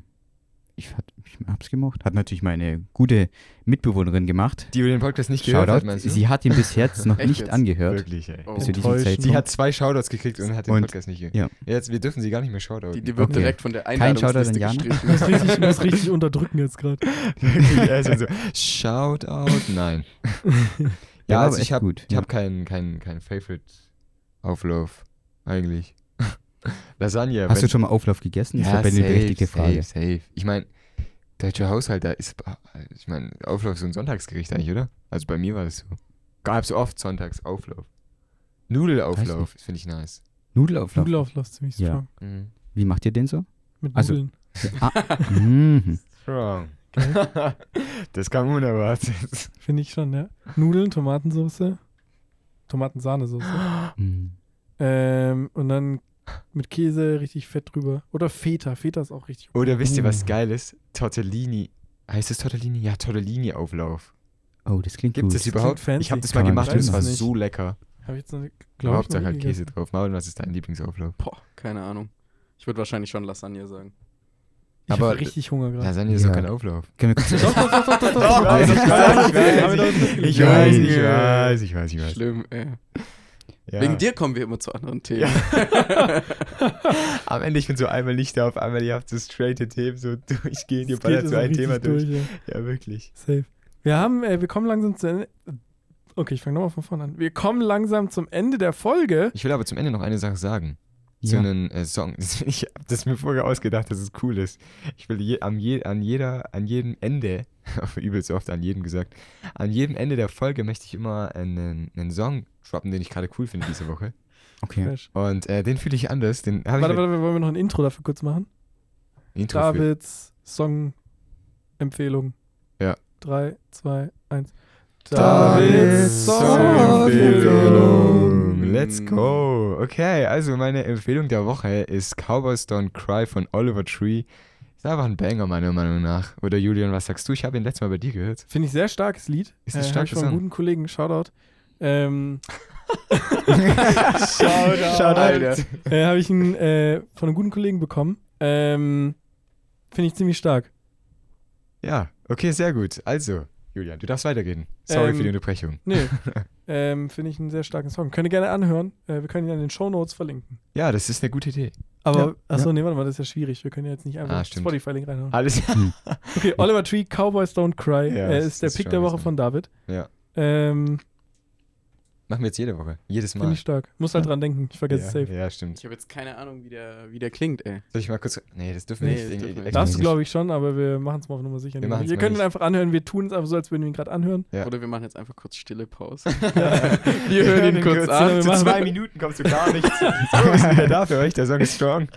Speaker 3: ich, hat, ich hab's gemocht. Hat natürlich meine gute Mitbewohnerin gemacht.
Speaker 1: Die über den Podcast nicht gehört hat,
Speaker 3: Shoutout.
Speaker 1: meinst du?
Speaker 3: Sie hat ihn bis jetzt noch
Speaker 4: Echt
Speaker 3: nicht
Speaker 4: jetzt?
Speaker 3: angehört.
Speaker 1: Wirklich, ey.
Speaker 4: Oh.
Speaker 3: Bis zu diesem
Speaker 2: Enttäuschend.
Speaker 1: Sie
Speaker 3: Zeitpunkt.
Speaker 1: hat zwei Shoutouts gekriegt und hat den
Speaker 3: Und-
Speaker 1: Podcast nicht gehört.
Speaker 3: ja.
Speaker 1: Jetzt, wir dürfen sie gar nicht mehr Shoutouten.
Speaker 4: Die, die wird
Speaker 3: Okay.
Speaker 4: direkt von der
Speaker 3: Kein Shoutout an
Speaker 4: Einladungsliste
Speaker 3: Jan.
Speaker 2: Du
Speaker 4: gestrichen.
Speaker 2: musst richtig, du musst richtig unterdrücken jetzt gerade.
Speaker 1: Wirklich, er ist dann so, Shoutout, nein.
Speaker 3: Der
Speaker 1: ja,
Speaker 3: war
Speaker 1: also
Speaker 3: aber
Speaker 1: ich
Speaker 3: echt
Speaker 1: habe
Speaker 3: gut,
Speaker 1: ich
Speaker 3: ja.
Speaker 1: hab keinen keinen keinen Favorite-Auflauf, eigentlich. Lasagne.
Speaker 3: Hast du
Speaker 1: wenn-
Speaker 3: schon mal Auflauf gegessen?
Speaker 1: ja,
Speaker 3: das war bei dir die
Speaker 1: safe,
Speaker 3: richtige Frage.
Speaker 1: Safe, safe. Ich meine, deutscher Haushalt, da ist, ich meine, Auflauf ist so ein Sonntagsgericht eigentlich, oder? Also bei mir war das so. Gab es oft sonntags Auflauf. Nudelauflauf, finde ich nice.
Speaker 3: Nudelauflauf.
Speaker 2: Nudelauflauf ist ziemlich
Speaker 3: Ja.
Speaker 2: strong.
Speaker 1: Mhm.
Speaker 3: Wie macht ihr den so?
Speaker 2: Mit
Speaker 3: Also-
Speaker 2: Nudeln.
Speaker 3: Mhm.
Speaker 1: Strong. das kam unerwartet.
Speaker 2: Finde ich schon, ja. Nudeln, Tomatensauce, Tomatensahnesoße.
Speaker 3: Mhm.
Speaker 2: ähm, und dann Mit Käse richtig fett drüber. Oder Feta. Feta ist auch richtig.
Speaker 1: Oder wisst ihr, was
Speaker 3: Mm.
Speaker 1: geil ist? Tortellini. Heißt es Tortellini? Ja, Tortellini-Auflauf.
Speaker 3: Oh, das klingt
Speaker 1: Gibt
Speaker 3: gut.
Speaker 1: es überhaupt?
Speaker 2: klingt
Speaker 1: Ich habe
Speaker 2: fancy.
Speaker 1: das mal gemacht und
Speaker 2: Weiß
Speaker 1: es war
Speaker 2: es nicht.
Speaker 1: so lecker.
Speaker 2: Habe ich jetzt noch, glaub ich,
Speaker 1: Hauptsache
Speaker 2: noch nie
Speaker 1: halt Käse drauf. Marvin, was ist dein Lieblingsauflauf?
Speaker 4: Boah, keine Ahnung. Ich würde wahrscheinlich schon Lasagne sagen.
Speaker 2: Ich
Speaker 1: Aber-
Speaker 2: habe richtig Hunger gerade.
Speaker 1: Lasagne ist doch
Speaker 3: Ja.
Speaker 1: kein Auflauf.
Speaker 3: Können wir kurz
Speaker 2: Doch, doch, doch, doch, doch, doch.
Speaker 1: weiß, ich weiß, ich weiß,
Speaker 2: Haben wir doch nicht
Speaker 1: Ich
Speaker 2: gelesen.
Speaker 1: weiß, ich
Speaker 3: Junge.
Speaker 1: weiß, ich weiß, ich weiß.
Speaker 4: Schlimm, ey.
Speaker 1: Ja.
Speaker 4: Wegen dir kommen wir immer zu anderen Themen.
Speaker 1: Am Ende, ich bin so einmal nicht da, auf einmal, ihr habt so straighte Themen so durchgehen, ihr
Speaker 2: Das
Speaker 1: ballert
Speaker 2: geht
Speaker 1: so
Speaker 2: so
Speaker 1: ein
Speaker 2: richtig
Speaker 1: Thema durch.
Speaker 2: ja.
Speaker 1: Ja, wirklich.
Speaker 2: Safe. Wir haben, äh, wir kommen langsam zu Ende. Okay, ich fange nochmal von vorne an. Wir kommen langsam zum Ende der Folge.
Speaker 1: Ich will aber zum Ende noch eine Sache sagen. So
Speaker 3: Ja.
Speaker 1: einen äh, Song. Ich habe das mir vorher ausgedacht, dass es cool ist. Ich will je, am je, an jeder, an jedem Ende, übelst oft an jedem gesagt, an jedem Ende der Folge möchte ich immer einen, einen Song droppen, den ich gerade cool finde diese Woche.
Speaker 3: Okay.
Speaker 2: Fresh.
Speaker 1: Und äh, den fühle ich anders. Den habe ich
Speaker 2: Warte,
Speaker 1: mit
Speaker 2: warte, wollen wir noch ein Intro dafür kurz machen?
Speaker 1: Intro für.
Speaker 2: Davids Song-Empfehlung.
Speaker 1: Ja.
Speaker 2: 3, 2, 1.
Speaker 1: Davids
Speaker 4: Songempfehlung.
Speaker 1: Songempfehlung. Let's go. Okay, also meine Empfehlung der Woche ist Cowboys Don't Cry von Oliver Tree. Ist einfach ein Banger, meiner Meinung nach. Oder Julian, was sagst du? Ich habe ihn letztes Mal bei dir gehört.
Speaker 2: Finde ich sehr starkes Lied. Äh,
Speaker 1: Ist ein
Speaker 2: hab
Speaker 1: starkes
Speaker 2: ich von einem
Speaker 1: Song.
Speaker 2: guten Kollegen. Shoutout. Ähm,
Speaker 4: Shoutout. Alter.
Speaker 2: äh, habe ich einen, äh, von einem guten Kollegen bekommen. Ähm, Finde ich ziemlich stark.
Speaker 1: Ja, okay, sehr gut. Also, Julian, du darfst weitergehen. Sorry
Speaker 2: Ähm,
Speaker 1: für die Unterbrechung.
Speaker 2: Nee. ähm, Finde ich einen sehr starken Song. Könnt ihr gerne anhören. Äh, wir können ihn in den Show Notes verlinken.
Speaker 1: Ja, das ist eine gute Idee.
Speaker 2: Aber,
Speaker 3: Ja,
Speaker 2: achso, nee, warte mal, das ist ja schwierig. Wir können ja jetzt nicht einfach
Speaker 1: Ah,
Speaker 2: einen
Speaker 1: stimmt.
Speaker 2: Spotify-Link reinhauen.
Speaker 1: Alles.
Speaker 2: Okay, Oliver Tree, Cowboys Don't Cry
Speaker 1: Ja,
Speaker 2: äh,
Speaker 1: das
Speaker 2: ist der
Speaker 1: ist
Speaker 2: Pick
Speaker 1: schon
Speaker 2: der
Speaker 1: ein
Speaker 2: Woche
Speaker 1: bisschen-
Speaker 2: von David.
Speaker 1: Ja.
Speaker 2: Ähm,
Speaker 1: Machen wir jetzt jede Woche. Jedes Mal.
Speaker 2: Finde ich stark. Muss halt dran denken. Ich vergesse es
Speaker 1: ja,
Speaker 2: safe.
Speaker 1: ja, stimmt.
Speaker 4: Ich habe jetzt keine Ahnung, wie der, wie der klingt, ey.
Speaker 1: Soll ich mal kurz. Nee, das dürfen wir
Speaker 4: Nee, das
Speaker 1: nicht.
Speaker 4: dürfen wir nicht.
Speaker 2: Darfst du,
Speaker 1: glaube
Speaker 2: glaube ich, schon, aber wir machen es mal auf Nummer sicher.
Speaker 1: Wir machen's
Speaker 2: Ihr
Speaker 1: mal
Speaker 2: könnt ihn
Speaker 1: nicht.
Speaker 2: einfach anhören. Wir tun es einfach so, als würden wir ihn gerade anhören.
Speaker 1: Ja.
Speaker 4: Oder wir machen jetzt einfach kurz stille Pause. Wir hören ihn kurz
Speaker 2: an.
Speaker 4: an.
Speaker 2: Wir machen-
Speaker 1: Minuten kommst du gar nicht. so ist wieder da für euch. Der Song ist strong.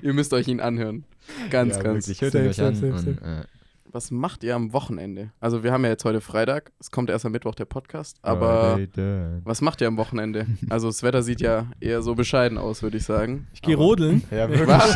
Speaker 4: Ihr müsst euch ihn anhören. Ganz,
Speaker 1: ja,
Speaker 4: ganz.
Speaker 1: Wirklich, hört
Speaker 2: safe,
Speaker 1: ihn euch
Speaker 2: safe,
Speaker 1: an.
Speaker 2: safe,
Speaker 1: und, äh,
Speaker 4: Was macht ihr am Wochenende? Also wir haben ja jetzt heute Freitag. Es kommt erst am Mittwoch der Podcast. Aber
Speaker 1: Friday Dance.
Speaker 4: was macht ihr am Wochenende? Also das Wetter sieht ja eher so bescheiden aus, würde ich sagen.
Speaker 2: Ich gehe rodeln.
Speaker 1: Ja,
Speaker 4: Was?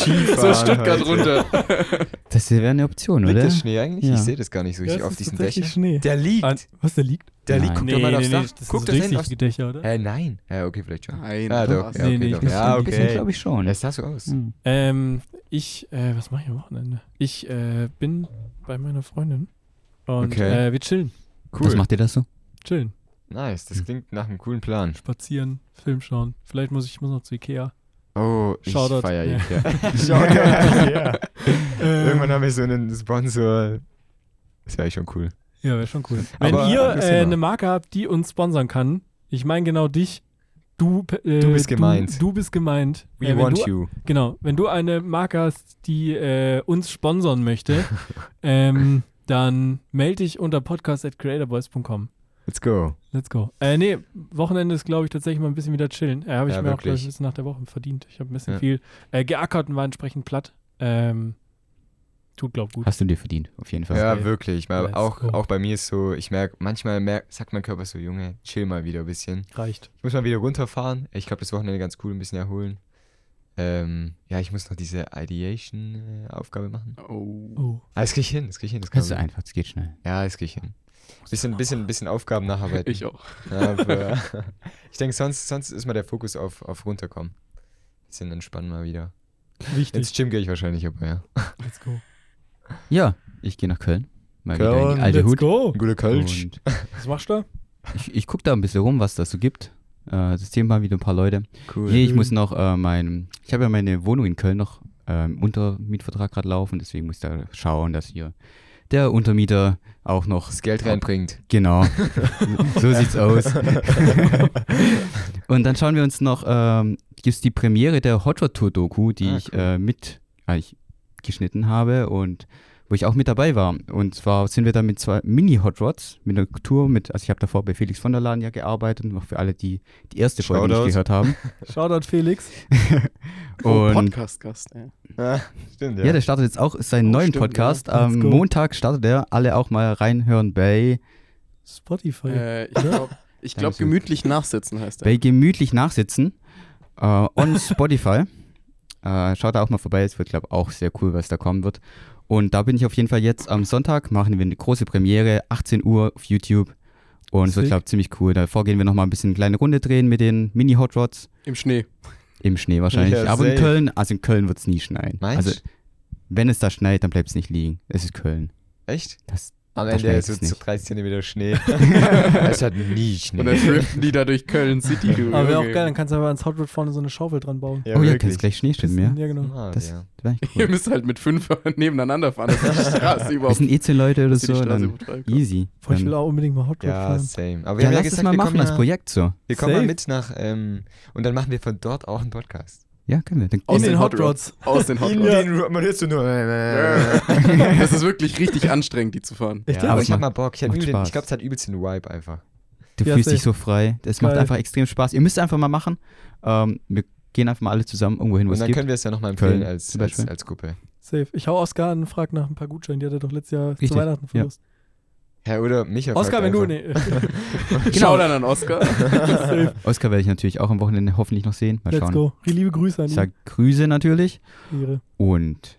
Speaker 4: so
Speaker 1: Skifahren
Speaker 4: Stuttgart
Speaker 1: heute.
Speaker 4: runter.
Speaker 3: Das wäre eine Option,
Speaker 1: Liegt
Speaker 3: oder?
Speaker 1: das Schnee eigentlich?
Speaker 3: Ja.
Speaker 1: Ich sehe das gar nicht so richtig
Speaker 2: Ja, es
Speaker 1: auf
Speaker 2: ist
Speaker 1: diesen
Speaker 2: tatsächlich
Speaker 1: Dächern.
Speaker 2: Schnee.
Speaker 1: Der liegt.
Speaker 2: Ah, was, der liegt?
Speaker 1: der liegt.
Speaker 3: Nein.
Speaker 1: Guck doch mal aufs Dach. Guck doch hin. aufs-
Speaker 2: Dächer, oder?
Speaker 1: Hä, nein. Ja, okay, vielleicht schon.
Speaker 4: Nein.
Speaker 1: Ah, doch.
Speaker 4: was?
Speaker 1: Ja,
Speaker 2: Nee,
Speaker 1: okay,
Speaker 2: nee, ich
Speaker 1: doch.
Speaker 2: muss
Speaker 1: ja,
Speaker 2: ein
Speaker 1: okay.
Speaker 3: glaube ich schon.
Speaker 1: Das sah so aus.
Speaker 3: Hm.
Speaker 2: Ähm, ich, äh, was mache ich am Wochenende? Ich äh, bin bei meiner Freundin und
Speaker 1: Okay.
Speaker 2: äh, wir chillen.
Speaker 1: Cool.
Speaker 3: Was macht ihr das so?
Speaker 2: Chillen,
Speaker 1: nice.
Speaker 2: Hm.
Speaker 1: Das klingt nach einem coolen Plan.
Speaker 2: spazieren, Film schauen. Vielleicht muss ich, ich muss noch zu Ikea.
Speaker 1: Oh, ich
Speaker 2: Shoutout.
Speaker 1: feier ihn. Ja.
Speaker 2: Shoutout.
Speaker 1: ja. Irgendwann
Speaker 2: Ähm,
Speaker 1: haben wir so einen Sponsor. Das wäre schon cool.
Speaker 2: Ja, wäre schon cool. Wenn
Speaker 1: Aber
Speaker 2: ihr
Speaker 1: anderes
Speaker 2: äh,
Speaker 1: Thema.
Speaker 2: eine Marke habt, die uns sponsern kann, ich meine genau dich. Du, pe- äh,
Speaker 1: Du bist gemeint.
Speaker 2: Du, bist gemeint.
Speaker 1: We
Speaker 2: Äh, wenn
Speaker 1: want
Speaker 2: du,
Speaker 1: you.
Speaker 2: Genau, wenn du eine Marke hast, die äh, uns sponsern möchte, ähm, dann melde dich unter podcast at creatorboys.com.
Speaker 1: Let's go.
Speaker 2: Let's go. Äh, nee, Wochenende ist, glaube ich, tatsächlich mal ein bisschen wieder chillen. Äh, habe ich
Speaker 1: Ja,
Speaker 2: mir auch,
Speaker 1: wirklich.
Speaker 2: glaube ich, ein bisschen nach der Woche verdient. Ich habe ein bisschen
Speaker 1: Ja.
Speaker 2: viel äh, geackert und war entsprechend platt. Ähm, tut, glaube gut.
Speaker 3: Hast du dir verdient, auf jeden Fall.
Speaker 1: Ja,
Speaker 2: geil.
Speaker 1: wirklich. Mal
Speaker 2: Let's
Speaker 1: auch,
Speaker 2: go.
Speaker 1: auch bei mir ist so, ich merke, manchmal merk, sagt mein Körper so, Junge, chill mal wieder ein bisschen.
Speaker 2: Reicht.
Speaker 1: Ich muss mal wieder runterfahren. Ich glaube, das Wochenende ganz cool, ein bisschen erholen. Ähm, ja, ich muss noch diese Ideation-Aufgabe machen.
Speaker 4: Oh.
Speaker 2: Oh.
Speaker 1: Ah, das krieg ich hin, das krieg ich hin. Das
Speaker 3: Das ist
Speaker 1: krieg ich hin.
Speaker 3: einfach, es geht schnell.
Speaker 1: Ja, das krieg ich hin. Bisschen, bisschen, bisschen Aufgaben nacharbeiten.
Speaker 4: Ich auch.
Speaker 1: Aber ich denke, sonst, sonst ist mal der Fokus auf, auf runterkommen. Bisschen entspannen mal wieder.
Speaker 2: Wichtig.
Speaker 1: Ins Gym gehe ich wahrscheinlich, aber ja.
Speaker 2: Let's go.
Speaker 3: Ja, ich gehe nach Köln. Mal wieder in
Speaker 1: Köln,
Speaker 3: die alte
Speaker 2: Let's
Speaker 3: Hut.
Speaker 2: go.
Speaker 1: Ein guter
Speaker 3: Und
Speaker 2: Was machst du da?
Speaker 3: ich, ich gucke da ein bisschen rum, was das so gibt. Äh, das Thema wieder ein paar Leute.
Speaker 1: Cool.
Speaker 3: Nee, ich muss noch äh, mein, ich habe ja meine Wohnung in Köln noch ähm, unter Mietvertrag gerade laufen, deswegen muss ich da schauen, dass hier der Untermieter auch noch
Speaker 1: Das Geld reinbringt.
Speaker 3: Genau. so sieht's aus. und dann schauen wir uns noch, ähm, gibt's die Premiere der Hot Rod Tour Doku, die
Speaker 1: Ah,
Speaker 3: ich äh, mit äh, ich geschnitten habe und wo ich auch mit dabei war. Und zwar sind wir da mit zwei Mini-Hot Rods, mit einer Tour, mit, also ich habe davor bei Felix von der Laden ja gearbeitet und auch für alle, die die erste Folge
Speaker 1: Shoutout.
Speaker 3: nicht gehört haben.
Speaker 2: Shoutout Felix.
Speaker 4: Oh,
Speaker 3: Und
Speaker 4: Podcast-Gast, ey.
Speaker 1: Ja, stimmt,
Speaker 3: ja. der startet jetzt auch seinen
Speaker 4: Oh,
Speaker 3: neuen
Speaker 4: stimmt,
Speaker 3: Podcast.
Speaker 2: ja. Let's
Speaker 3: Am
Speaker 2: go.
Speaker 3: Montag startet er. Alle auch mal reinhören bei,
Speaker 2: Spotify. Oh,
Speaker 4: Äh, ich glaube, ich glaub,
Speaker 3: Dankeschön.
Speaker 4: gemütlich nachsitzen heißt er.
Speaker 3: bei gemütlich nachsitzen. Äh, on Spotify. Äh, schaut da auch mal vorbei. Es wird, glaube ich, auch sehr cool, was da kommen wird. Und da bin ich auf jeden Fall jetzt am Sonntag. Machen wir eine große Premiere, 18 Uhr auf YouTube. Und es wird,
Speaker 2: Sick.
Speaker 3: glaube ich, ziemlich cool. Davor gehen wir nochmal ein bisschen eine kleine Runde drehen mit den Mini-Hot Rods.
Speaker 4: Im Schnee.
Speaker 3: Im Schnee wahrscheinlich.
Speaker 1: Ja,
Speaker 3: Aber in
Speaker 1: safe.
Speaker 3: Köln, also in Köln wird es nie schneien.
Speaker 1: Meinst
Speaker 3: Also, wenn es da schneit, dann bleibt es nicht liegen. Es ist Köln.
Speaker 1: Echt?
Speaker 3: Das,
Speaker 1: Am
Speaker 3: da
Speaker 1: Ende
Speaker 3: schneit
Speaker 1: ist es
Speaker 3: es
Speaker 1: so
Speaker 3: nicht.
Speaker 1: 30 Zentimeter Schnee. es hat nie
Speaker 4: Und dann
Speaker 1: Schnee.
Speaker 4: driften die da durch Köln City, du.
Speaker 2: Aber wäre Ah, auch
Speaker 4: Junge.
Speaker 2: geil, dann kannst du aber ans Hot Rod vorne so eine Schaufel dran bauen.
Speaker 3: oh ja, kannst gleich Schnee stimmen, ja.
Speaker 2: Ja, genau.
Speaker 1: Ah,
Speaker 3: Das
Speaker 1: ja.
Speaker 3: wär echt
Speaker 4: Ihr
Speaker 3: cool.
Speaker 4: müsst halt mit fünf nebeneinander fahren, dass die Straße
Speaker 3: Wir
Speaker 4: überhaupt
Speaker 3: sind eh zehn Leute oder
Speaker 4: dass die
Speaker 3: so.
Speaker 4: Straße
Speaker 3: Dann
Speaker 4: übertreibt.
Speaker 3: easy.
Speaker 2: Voll, ich
Speaker 3: Dann-
Speaker 2: will auch unbedingt mal Hot Rod
Speaker 1: ja,
Speaker 2: fahren.
Speaker 1: same. Aber wir
Speaker 3: Ja,
Speaker 1: haben ja
Speaker 3: lass es
Speaker 1: gesagt,
Speaker 3: mal
Speaker 1: wir
Speaker 3: machen,
Speaker 1: kommen,
Speaker 3: das
Speaker 1: ja,
Speaker 3: Projekt so.
Speaker 1: wir kommen mal
Speaker 2: Safe.
Speaker 1: mit nach, ähm, und dann machen wir von dort auch einen Podcast.
Speaker 3: Ja, können wir. Dann oh,
Speaker 4: Aus
Speaker 2: In
Speaker 4: den
Speaker 2: den
Speaker 4: Hot
Speaker 2: Hot Rods.
Speaker 4: Aus den Hot Rods.
Speaker 1: den, man hört so nur.
Speaker 4: das ist wirklich richtig anstrengend, die zu fahren.
Speaker 2: Ich
Speaker 3: Ja,
Speaker 2: glaub,
Speaker 1: Aber
Speaker 3: aber
Speaker 1: ich hab
Speaker 3: mach-
Speaker 1: mal Bock. Ich, hab
Speaker 3: macht
Speaker 1: übel den-
Speaker 3: Spaß.
Speaker 1: ich glaube, es hat übelst den Vibe einfach.
Speaker 3: Du
Speaker 2: Ja,
Speaker 3: fühlst dich
Speaker 2: safe.
Speaker 3: so frei. Das macht
Speaker 2: Geil.
Speaker 3: einfach extrem Spaß. Ihr müsst es einfach mal machen. Ähm, wir gehen einfach mal alle zusammen irgendwo hin, wo
Speaker 1: Und
Speaker 3: es
Speaker 1: dann
Speaker 3: gibt.
Speaker 1: können wir es ja nochmal empfehlen
Speaker 3: Köln
Speaker 1: als,
Speaker 3: zum
Speaker 1: als,
Speaker 3: Beispiel.
Speaker 1: als Gruppe.
Speaker 2: Safe. Ich hau Oscar an und frag nach ein paar Gutscheinen, die hat er doch letztes Jahr
Speaker 3: Richtig,
Speaker 2: zu Weihnachten
Speaker 3: ja.
Speaker 2: verlost.
Speaker 1: Ja, oder Micha. fragt
Speaker 2: Oscar, wenn du.
Speaker 1: einfach.
Speaker 2: Nee.
Speaker 4: Schau dann an Oscar.
Speaker 2: Safe.
Speaker 3: Oscar werde ich natürlich auch am Wochenende hoffentlich noch sehen. Mal
Speaker 2: Let's
Speaker 3: schauen.
Speaker 2: go. Liebe Grüße an
Speaker 3: Ich
Speaker 2: ihn.
Speaker 3: sage Grüße natürlich.
Speaker 2: Ihre.
Speaker 3: Und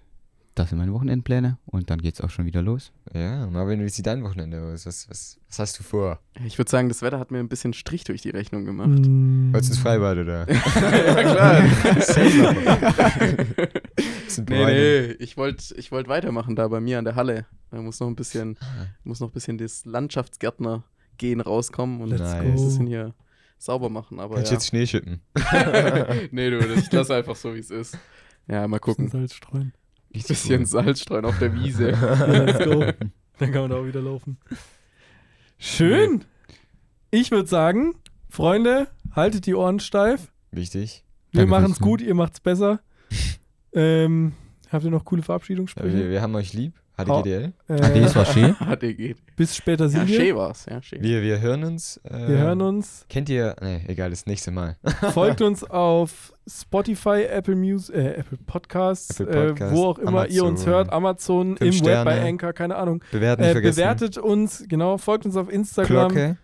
Speaker 3: das sind meine Wochenendpläne. Und dann geht's auch schon wieder los.
Speaker 1: Ja, Marvin, wie sieht dein Wochenende aus? Was, was, was hast du vor?
Speaker 4: Ich würde sagen, das Wetter hat mir ein bisschen Strich durch die Rechnung gemacht.
Speaker 2: Mm.
Speaker 1: Wolltest du ins Freibad oder?
Speaker 4: ja, klar.
Speaker 1: Bisschen
Speaker 4: nee,
Speaker 1: bräunen.
Speaker 4: nee, ich wollte ich wollt weitermachen da bei mir an der Halle. Da muss noch ein bisschen,
Speaker 2: Ah.
Speaker 4: muss noch ein bisschen das Landschaftsgärtner-Gehen rauskommen und
Speaker 2: Let's
Speaker 1: Nice.
Speaker 4: das
Speaker 2: go.
Speaker 4: bisschen hier sauber machen. Aber
Speaker 1: Kannst
Speaker 4: ja.
Speaker 1: jetzt Schnee schippen.
Speaker 4: nee, du, das, ich lasse einfach so, wie es ist. Ja,
Speaker 2: Bisschen
Speaker 4: mal gucken.
Speaker 2: Salz halt streuen.
Speaker 4: Ein bisschen Salz streuen auf der Wiese.
Speaker 2: Ja, let's go. Dann kann man da auch wieder laufen. Schön. Ich würde sagen, Freunde, haltet die Ohren steif.
Speaker 1: Wichtig.
Speaker 2: Wir
Speaker 3: Danke fürs
Speaker 2: machen's gut, ihr macht's besser. ähm, habt ihr noch coole
Speaker 1: Ja, wir,
Speaker 2: Verabschiedungssprüche?
Speaker 1: wir haben euch lieb. HDGDL.
Speaker 3: Adios,
Speaker 2: Äh,
Speaker 3: war schön.
Speaker 4: Hatte geht.
Speaker 2: bis später
Speaker 4: Ja,
Speaker 2: sind wir.
Speaker 4: schön war's. Ja, schön.
Speaker 1: Wir, wir hören uns. äh,
Speaker 2: Wir hören uns.
Speaker 1: Kennt ihr. Nee, egal, das nächste Mal.
Speaker 2: Folgt uns auf Spotify, Apple Music, äh, Apple Podcasts,
Speaker 1: Apple Podcasts,
Speaker 2: äh, wo auch immer ihr uns
Speaker 1: Amazon.
Speaker 2: hört, Amazon, im
Speaker 1: Fünf
Speaker 2: Web bei
Speaker 1: Sterne.
Speaker 2: Anchor, keine Ahnung.
Speaker 1: Bewerten nicht
Speaker 2: Äh,
Speaker 1: vergessen.
Speaker 2: bewertet uns, genau, folgt uns auf Instagram.
Speaker 1: Glocke.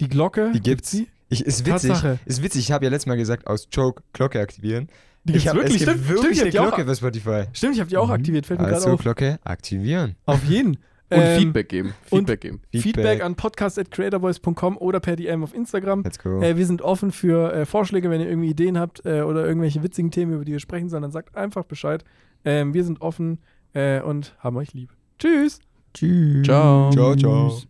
Speaker 2: Die Glocke.
Speaker 1: Die gibt's.
Speaker 2: Die,
Speaker 1: Ich, ist witzig.
Speaker 2: Tatsache.
Speaker 1: Ist witzig. Ich habe ja letztes Mal gesagt, aus Joke Glocke aktivieren.
Speaker 2: die gibt's
Speaker 1: ich hab,
Speaker 2: wirklich.
Speaker 1: Es gibt
Speaker 2: Stimmt,
Speaker 1: wirklich
Speaker 2: stimmt, ich
Speaker 1: eine
Speaker 2: hab die
Speaker 1: Glocke für Spotify.
Speaker 2: auch, stimmt, ich hab die auch
Speaker 3: Mhm.
Speaker 2: aktiviert, fällt mir gerade
Speaker 1: Also
Speaker 2: auf.
Speaker 1: Glocke aktivieren.
Speaker 2: Auf jeden.
Speaker 4: Und
Speaker 2: Ähm,
Speaker 4: Feedback geben.
Speaker 2: und-
Speaker 4: Feedback geben.
Speaker 2: Feedback, an podcast.creatorvoice.com oder per DM auf Instagram.
Speaker 1: Let's go.
Speaker 2: Äh, wir sind offen für äh, Vorschläge, wenn ihr irgendwie Ideen habt äh, oder irgendwelche witzigen Themen, über die wir sprechen sollen, dann sagt einfach Bescheid. Ähm, wir sind offen äh, und haben euch lieb. Tschüss!
Speaker 3: Tschüss.
Speaker 4: Ciao.
Speaker 1: Ciao, ciao.